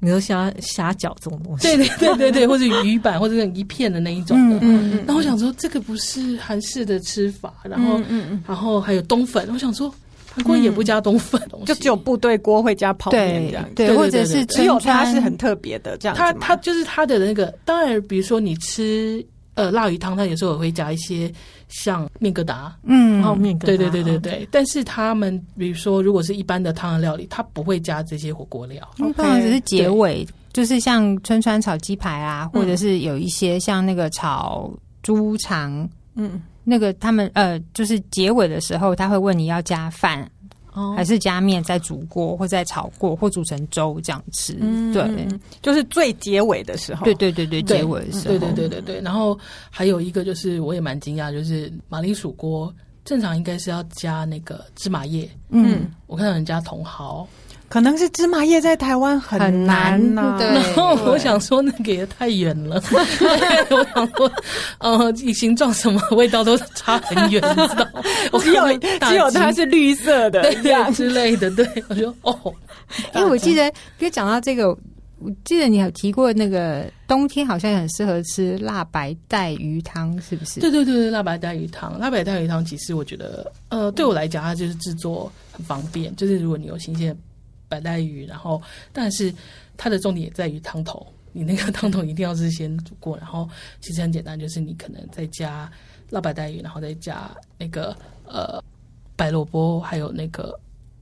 Speaker 2: 你说虾虾饺这种东西，
Speaker 4: 对对对对 对，或者鱼板或者那种一片的那一种的。
Speaker 3: 嗯嗯
Speaker 4: 然后我想说，这个不是韩式的吃法，然后、
Speaker 3: 嗯嗯嗯，
Speaker 4: 然后还有冬粉，我想说韩
Speaker 1: 嗯
Speaker 4: 国人也不加冬粉的东西，
Speaker 3: 就只有部队锅会加泡面这样
Speaker 1: 对。
Speaker 4: 对
Speaker 1: 对，
Speaker 4: 对
Speaker 1: 或者是
Speaker 4: 对对对
Speaker 3: 只有它
Speaker 1: 川
Speaker 3: 是很特别的这样子
Speaker 4: 它
Speaker 3: 吗
Speaker 4: 它就是它的那个，当然，比如说你吃呃辣鱼汤，它有时候也会加一些像面疙瘩，
Speaker 1: 嗯
Speaker 2: 泡面跟
Speaker 4: 对
Speaker 2: 它
Speaker 4: 对对对对。但是他们比如说，如果是一般的汤的料理，它不会加这些火锅料。
Speaker 1: 嗯
Speaker 3: OK，
Speaker 1: 通常只是结尾，就是像春川炒鸡排啊，或者是有一些像那个炒猪肠，
Speaker 3: 嗯
Speaker 1: 那个他们呃，就是结尾的时候他会问你要加饭
Speaker 2: 哦
Speaker 1: 还是加面，再煮过或再炒过或煮成粥这样吃。嗯
Speaker 3: 嗯
Speaker 1: 对，
Speaker 3: 就是最结尾的时候，
Speaker 1: 对对对对，结尾的时候，
Speaker 4: 对对对对对。然后还有一个就是，我也蛮惊讶，就是马铃薯锅正常应该是要加那个芝麻叶，
Speaker 1: 嗯，
Speaker 4: 我看到人家茼蒿，
Speaker 3: 可能是芝麻叶在台湾很
Speaker 1: 很
Speaker 3: 难啊呐、
Speaker 1: 难 对
Speaker 4: 然后我想说那个也太远了， 我想说，呃，以形状什么味道都差很远，你知道吗？ 我
Speaker 3: 只有
Speaker 4: 看到大
Speaker 3: 只有
Speaker 4: 鸡
Speaker 3: 它是绿色的
Speaker 4: 对
Speaker 3: 这样
Speaker 4: 对。之类的，对我说哦，
Speaker 1: 因为我记得，因为讲到这个，我记得你有提过那个冬天好像也很适合吃辣白带鱼汤，是不是？
Speaker 4: 对对对对，辣白带鱼汤，辣白带鱼汤其实我觉得，呃，对我来讲，它就是制作很方便，就是如果你有新鲜的白带鱼，然后但是它的重点也在于汤头，你那个汤头一定要是先煮过，然后其实很简单，就是你可能再加辣白带鱼，然后再加那个呃白萝卜，还有那个。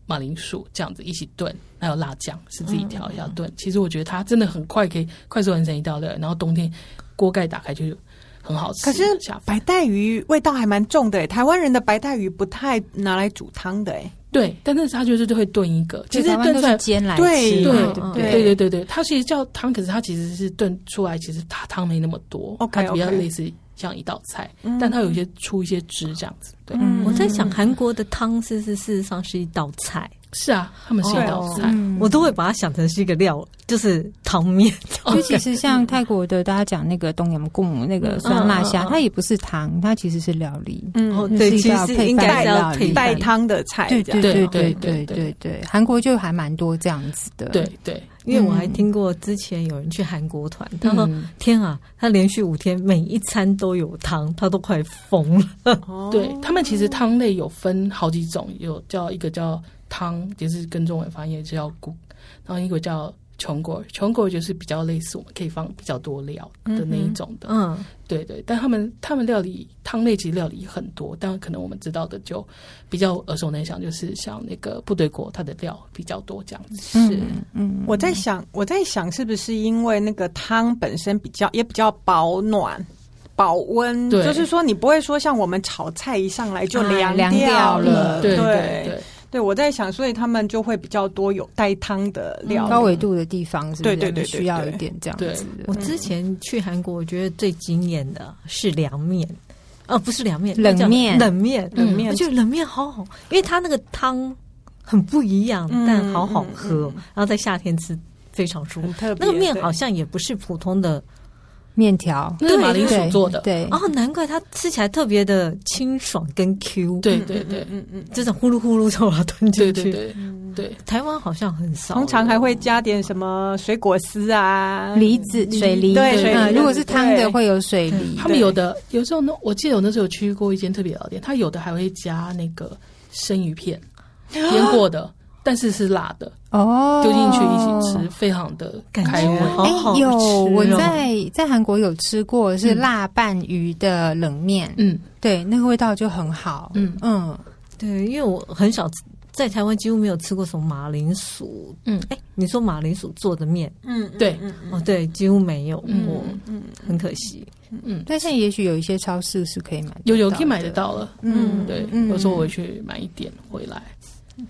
Speaker 4: 马铃薯这样子一起炖，还有辣酱是自己调一
Speaker 3: 嗯
Speaker 4: 下炖。其实我觉得它真的很快，可以快速完成一道料理。然后冬天锅盖打开就很好吃。
Speaker 3: 可是
Speaker 4: 下饭。
Speaker 3: 白带鱼味道还蛮重的耶，欸台湾人的白带鱼不太拿来煮汤的，哎，
Speaker 4: 对，但是它就是就会炖一个，其
Speaker 1: 嗯对
Speaker 4: 实
Speaker 1: 台湾
Speaker 4: 炖
Speaker 1: 都
Speaker 4: 出来
Speaker 1: 是，煎来吃
Speaker 3: 对
Speaker 1: 嘛，对
Speaker 4: 对
Speaker 1: 不
Speaker 4: 对对对对，它其实叫汤，可是它其实是炖出来，其实它汤没那么多
Speaker 3: OK，
Speaker 4: 它比较
Speaker 3: OK
Speaker 4: 类似像一道菜，
Speaker 1: 嗯
Speaker 4: 但它有一些出一些汁这样子。对，
Speaker 3: 嗯
Speaker 2: 我在想，韩国的汤是是事实上是一道菜，
Speaker 4: 是啊，他们是一道
Speaker 2: 哦
Speaker 4: 菜，
Speaker 1: 嗯
Speaker 2: 我都会把它想成是一个料，就是汤面。
Speaker 1: 就其实像泰国的，大家讲那个东阳贡那个酸辣虾，
Speaker 2: 嗯嗯嗯
Speaker 1: 它也不是汤，它其实是料理。
Speaker 3: 嗯
Speaker 2: 哦，
Speaker 1: 那
Speaker 2: 对，
Speaker 1: 是一
Speaker 2: 其
Speaker 1: 道
Speaker 2: 实
Speaker 1: 配
Speaker 2: 应
Speaker 1: 饭
Speaker 2: 该是要
Speaker 1: 料
Speaker 2: 配
Speaker 1: 理
Speaker 3: 带
Speaker 2: 饭的，
Speaker 3: 汤的菜，
Speaker 1: 对
Speaker 3: 这样
Speaker 1: 对对
Speaker 4: 对
Speaker 1: 对
Speaker 4: 对
Speaker 1: 对
Speaker 4: 对
Speaker 1: 对对，韩国就还蛮多这样子的。
Speaker 4: 对对，
Speaker 2: 因为我还听过之前有人去韩国团，他说
Speaker 1: 嗯，：“
Speaker 2: 天啊，他连续五天每一餐都有汤，他都快疯了。
Speaker 4: 对他们其
Speaker 1: 哦
Speaker 4: 实汤类有分好几种，有叫一个叫汤，就是跟中文翻译叫骨，然后一个叫穷果，穷果就是比较类似我们可以放比较多料的那一种”的。
Speaker 2: 嗯，
Speaker 4: 对对，但他们他们料理汤类其实料理很多，但可能我们知道的就比较耳熟能详，就是像那个部队锅，它的料比较多这样子。
Speaker 1: 是嗯，
Speaker 3: 我在想，我在想是不是因为那个汤本身比较也比较保暖。保温，
Speaker 4: 对
Speaker 3: 就是说你不会说像我们炒菜一上来就
Speaker 1: 啊
Speaker 3: 凉
Speaker 1: 凉掉
Speaker 3: 了，
Speaker 1: 了
Speaker 4: 对
Speaker 3: 对
Speaker 4: 对，
Speaker 3: 对我在想，所以他们就会比较多有带汤的料理，
Speaker 1: 高纬度的地方是不
Speaker 3: 对
Speaker 1: 是
Speaker 3: 对
Speaker 1: 我们
Speaker 3: 对对
Speaker 1: 需要
Speaker 3: 对
Speaker 1: 一点这样
Speaker 4: 对
Speaker 1: 子
Speaker 2: 我
Speaker 1: 的
Speaker 2: 之前去韩国，我觉得最惊艳的是凉面，啊，不是凉面，
Speaker 1: 冷
Speaker 2: 那叫
Speaker 1: 面
Speaker 2: 冷面，
Speaker 4: 嗯
Speaker 2: 冷面。我觉得冷面好好，因为它那个汤很不一样，
Speaker 3: 嗯
Speaker 2: 但好好
Speaker 1: 嗯
Speaker 2: 喝，然后在夏天吃非常舒服
Speaker 3: 很。特别。
Speaker 2: 那个面
Speaker 3: 对
Speaker 2: 好像也不是普通的
Speaker 1: 面条，
Speaker 4: 那是马铃薯做的，
Speaker 1: 对，
Speaker 2: 哦，难怪它吃起来特别的清爽跟 Q，，
Speaker 4: 对对对
Speaker 3: 嗯嗯，
Speaker 2: 这种呼噜呼噜就把它吞
Speaker 4: 对
Speaker 2: 进去。
Speaker 4: 对对对，
Speaker 2: 台湾好像很少，
Speaker 3: 通常还会加点什么水果丝啊，
Speaker 1: 梨子水梨，
Speaker 3: 对
Speaker 4: 水梨
Speaker 1: 嗯，如果是汤的
Speaker 3: 对
Speaker 1: 会有水梨，
Speaker 4: 他们有的有时候呢，我记得我那时候有去过一间特别老店，它有的还会加那个生鱼片，腌过的，但是是辣的，
Speaker 1: 哦，
Speaker 4: 丢进去一起吃，。非常的
Speaker 2: 感
Speaker 4: 开
Speaker 2: 觉
Speaker 4: 胃。
Speaker 2: 好好吃
Speaker 1: 哎有
Speaker 2: 哦
Speaker 1: 我在在韩国有吃过是辣拌鱼的冷面，
Speaker 4: 嗯
Speaker 1: 对，那个味道就很好，
Speaker 4: 嗯
Speaker 1: 嗯，
Speaker 2: 对，因为我很少吃在台湾几乎没有吃过什么马铃薯，
Speaker 4: 嗯，
Speaker 2: 哎，你说马铃薯做的面，
Speaker 3: 嗯，
Speaker 4: 对
Speaker 3: 嗯嗯
Speaker 2: 哦，对，几乎没有
Speaker 4: 嗯
Speaker 2: 过，
Speaker 3: 嗯，
Speaker 2: 很可惜。
Speaker 1: 但现在也许有一些超市是可以买，
Speaker 4: 有有可以买得，到了，
Speaker 1: 嗯，
Speaker 4: 对，
Speaker 1: 嗯
Speaker 4: 有时候我会去买一点回来，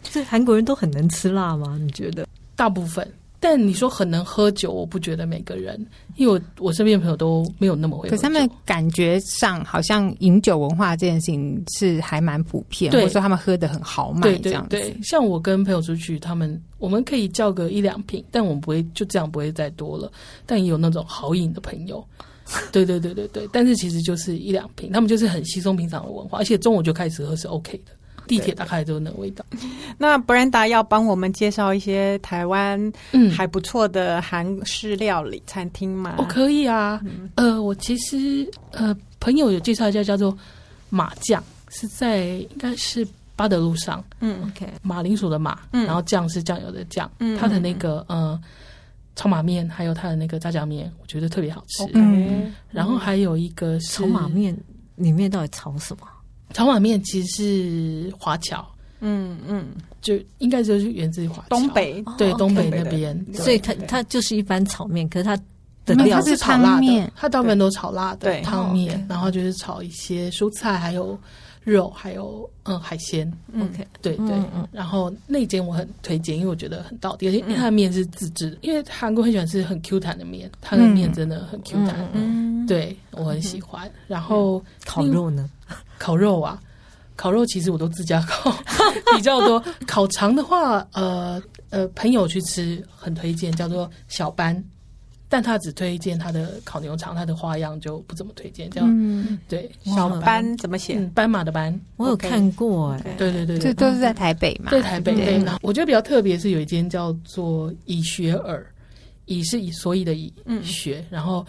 Speaker 2: 所以韩国人都很能吃辣吗？你觉得？
Speaker 4: 大部分。但你说很能喝酒，我不觉得每个人，因为我我身边的朋友都没有那么会喝
Speaker 1: 可是
Speaker 4: 酒。
Speaker 1: 他们感觉上好像饮酒文化这件事情是还蛮普遍，或
Speaker 4: 对
Speaker 1: 者说他们喝的很豪迈
Speaker 4: 对
Speaker 1: 这
Speaker 4: 对
Speaker 1: 样子
Speaker 4: 对，，像我跟朋友出去，他们我们可以叫个一两瓶，但我们不会就这样不会再多了。但也有那种豪饮的朋友，对对对对对，但是其实就是一两瓶，他们就是很稀松平常的文化，而且中午就开始喝是 OK 的。地铁打开就是那个味 道，
Speaker 3: 那 Brenda 要帮我们介绍一些台湾
Speaker 4: 嗯
Speaker 3: 还不错的韩式料理餐厅吗？
Speaker 4: 哦，可以啊。
Speaker 3: 嗯
Speaker 4: 呃，我其实呃，朋友有介绍一家叫做马酱，是在应该是巴德路上，
Speaker 3: 嗯
Speaker 2: OK，
Speaker 4: 马铃薯的马，
Speaker 3: 嗯
Speaker 4: 然后酱是酱油的酱，
Speaker 3: 嗯
Speaker 4: 它的那个呃炒马面，还有它的那个炸酱面，我觉得特别好吃。
Speaker 1: 嗯
Speaker 3: 嗯，
Speaker 4: 然后还有一个是
Speaker 2: 炒马，面里面到底炒什么？
Speaker 4: 炒马面其实是华侨，
Speaker 3: 嗯嗯，
Speaker 4: 就应该就是源自于华侨
Speaker 3: 东，北
Speaker 4: 对
Speaker 2: 哦
Speaker 4: 东北
Speaker 3: 东北
Speaker 4: 那
Speaker 3: 的
Speaker 4: 边，
Speaker 3: 对
Speaker 2: 所以它它就是一般炒面，可嗯是它的
Speaker 1: 没有
Speaker 2: 料
Speaker 1: 它
Speaker 4: 它
Speaker 1: 是
Speaker 4: 是炒
Speaker 1: 汤
Speaker 4: 辣
Speaker 1: 面
Speaker 4: 的，它大部分都炒辣的
Speaker 3: 对
Speaker 4: 汤
Speaker 2: 哦
Speaker 4: 面
Speaker 2: ，OK，
Speaker 4: 然后就是炒一些蔬菜，还有肉，还有嗯海鲜，
Speaker 3: 嗯
Speaker 2: OK，
Speaker 4: 对对
Speaker 2: 嗯嗯，
Speaker 4: 然后那间我很推荐，因为我觉得很到底，而且因为它的面是自制的，因为韩国很喜欢吃很 Q 弹的面，它的面真的很 Q 弹，
Speaker 3: 嗯，
Speaker 4: 对我很喜欢。然后
Speaker 2: 烤肉呢？
Speaker 4: 烤肉啊，烤肉其实我都自家 烤比较多，烤肠的话，呃呃，朋友去吃很推荐，叫做小班。但他只推荐他的烤牛肠，他的花样就不怎么推荐。这样、
Speaker 1: 嗯，
Speaker 4: 对，
Speaker 3: 小
Speaker 4: 班
Speaker 3: 班怎么写？
Speaker 4: 嗯，斑马的斑，
Speaker 2: 我有
Speaker 3: OK
Speaker 2: 看过哎，
Speaker 4: 对对对对，
Speaker 1: 这都是在台北嘛，
Speaker 4: 对台北
Speaker 1: 对
Speaker 4: 对，然后我觉得比较特别是有一间叫做以学尔，以是以所以的以，
Speaker 3: 嗯
Speaker 4: 学，然后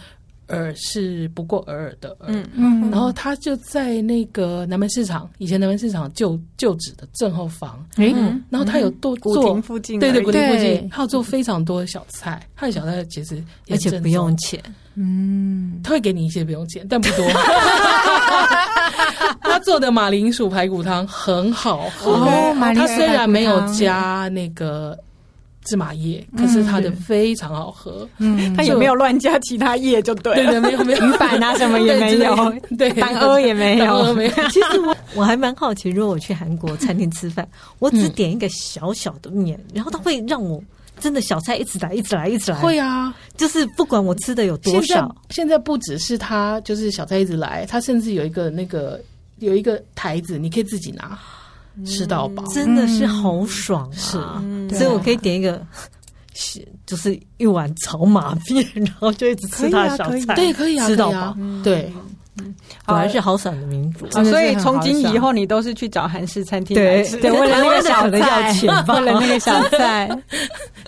Speaker 4: 尔是不过尔尔的尔。
Speaker 3: 嗯
Speaker 1: 嗯，
Speaker 4: 然后他就在那个南门市场，以前南门市场旧旧址的正后方，
Speaker 1: 诶
Speaker 3: 嗯
Speaker 4: 然后他有做
Speaker 3: 古
Speaker 4: 做
Speaker 3: 亭，附近而
Speaker 4: 对
Speaker 3: 已，
Speaker 4: 对，古亭附
Speaker 1: 对
Speaker 4: 近，他有做非常多的小菜，他的小菜其实也
Speaker 2: 而且
Speaker 4: 正
Speaker 2: 不
Speaker 4: 宗
Speaker 2: 用钱，
Speaker 1: 嗯，
Speaker 4: 他会给你一些不用钱，但不多。 他做的马铃薯排骨汤很好喝，
Speaker 1: 哦马铃薯
Speaker 4: 他虽然没
Speaker 1: 排
Speaker 4: 有
Speaker 1: 骨汤
Speaker 4: 加那个芝麻叶，可是它的非常好喝。
Speaker 1: 嗯
Speaker 3: 他也没有乱加其他叶就对
Speaker 4: 对
Speaker 3: 了。
Speaker 4: 对，没有没有
Speaker 5: 鱼板啊什么也没有，
Speaker 4: 对之类的对，
Speaker 5: 当鹅也没
Speaker 4: 当鹅
Speaker 5: 有。
Speaker 4: 没有。
Speaker 2: 其实我我还蛮好奇，如果我去韩国餐厅吃饭，我只点一个小小的面，然后它会让我真的小菜一直来，一直来，一直来，
Speaker 4: 会啊，
Speaker 2: 就是不管我吃的有多
Speaker 4: 现在
Speaker 2: 少，
Speaker 4: 现在不只是他，就是小菜一直来，他甚至有一个那个有一个台子，你可以自己拿，
Speaker 2: 嗯
Speaker 4: 吃到饱。
Speaker 2: 真的是好爽
Speaker 4: 是
Speaker 2: 啊！
Speaker 1: 对
Speaker 2: 所以我可以点一个。是，就是一碗炒马面， 然后就一直吃它的小
Speaker 3: 可以啊
Speaker 2: 菜，
Speaker 4: 对，可以啊，
Speaker 2: 吃到
Speaker 4: 可以啊
Speaker 2: 饱。
Speaker 4: 对，
Speaker 2: 嗯果然是豪爽的民族。
Speaker 1: 真
Speaker 3: 啊，
Speaker 1: 的是
Speaker 3: 所以
Speaker 1: 很
Speaker 3: 从今
Speaker 1: 好
Speaker 3: 以
Speaker 1: 想
Speaker 3: 后你都是去找韩式餐厅来
Speaker 2: 对
Speaker 3: 吃。
Speaker 2: 对，为了那个小菜，
Speaker 5: 为了那个小 菜，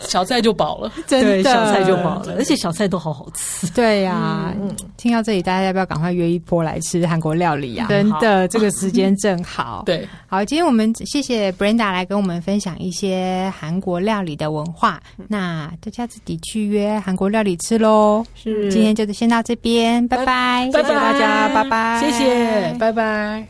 Speaker 4: 小菜就饱了。
Speaker 5: 真
Speaker 2: 对，
Speaker 5: 的
Speaker 2: 小菜就饱了，而且小菜都好好 吃。
Speaker 5: 对呀，
Speaker 1: 听到这里，大家要不要赶快约一波来吃韩国料理啊？真
Speaker 2: 真
Speaker 1: 的，这个时间正好。
Speaker 4: 对，
Speaker 1: 好，今天我们谢谢 Brenda 来跟我们分享一些韩国料理的文化，那大家自己去约韩国料理吃喽。
Speaker 2: 是
Speaker 1: 今天就先到这边，拜拜，
Speaker 4: 拜
Speaker 3: 谢谢大家，拜拜，
Speaker 4: 谢谢，拜拜。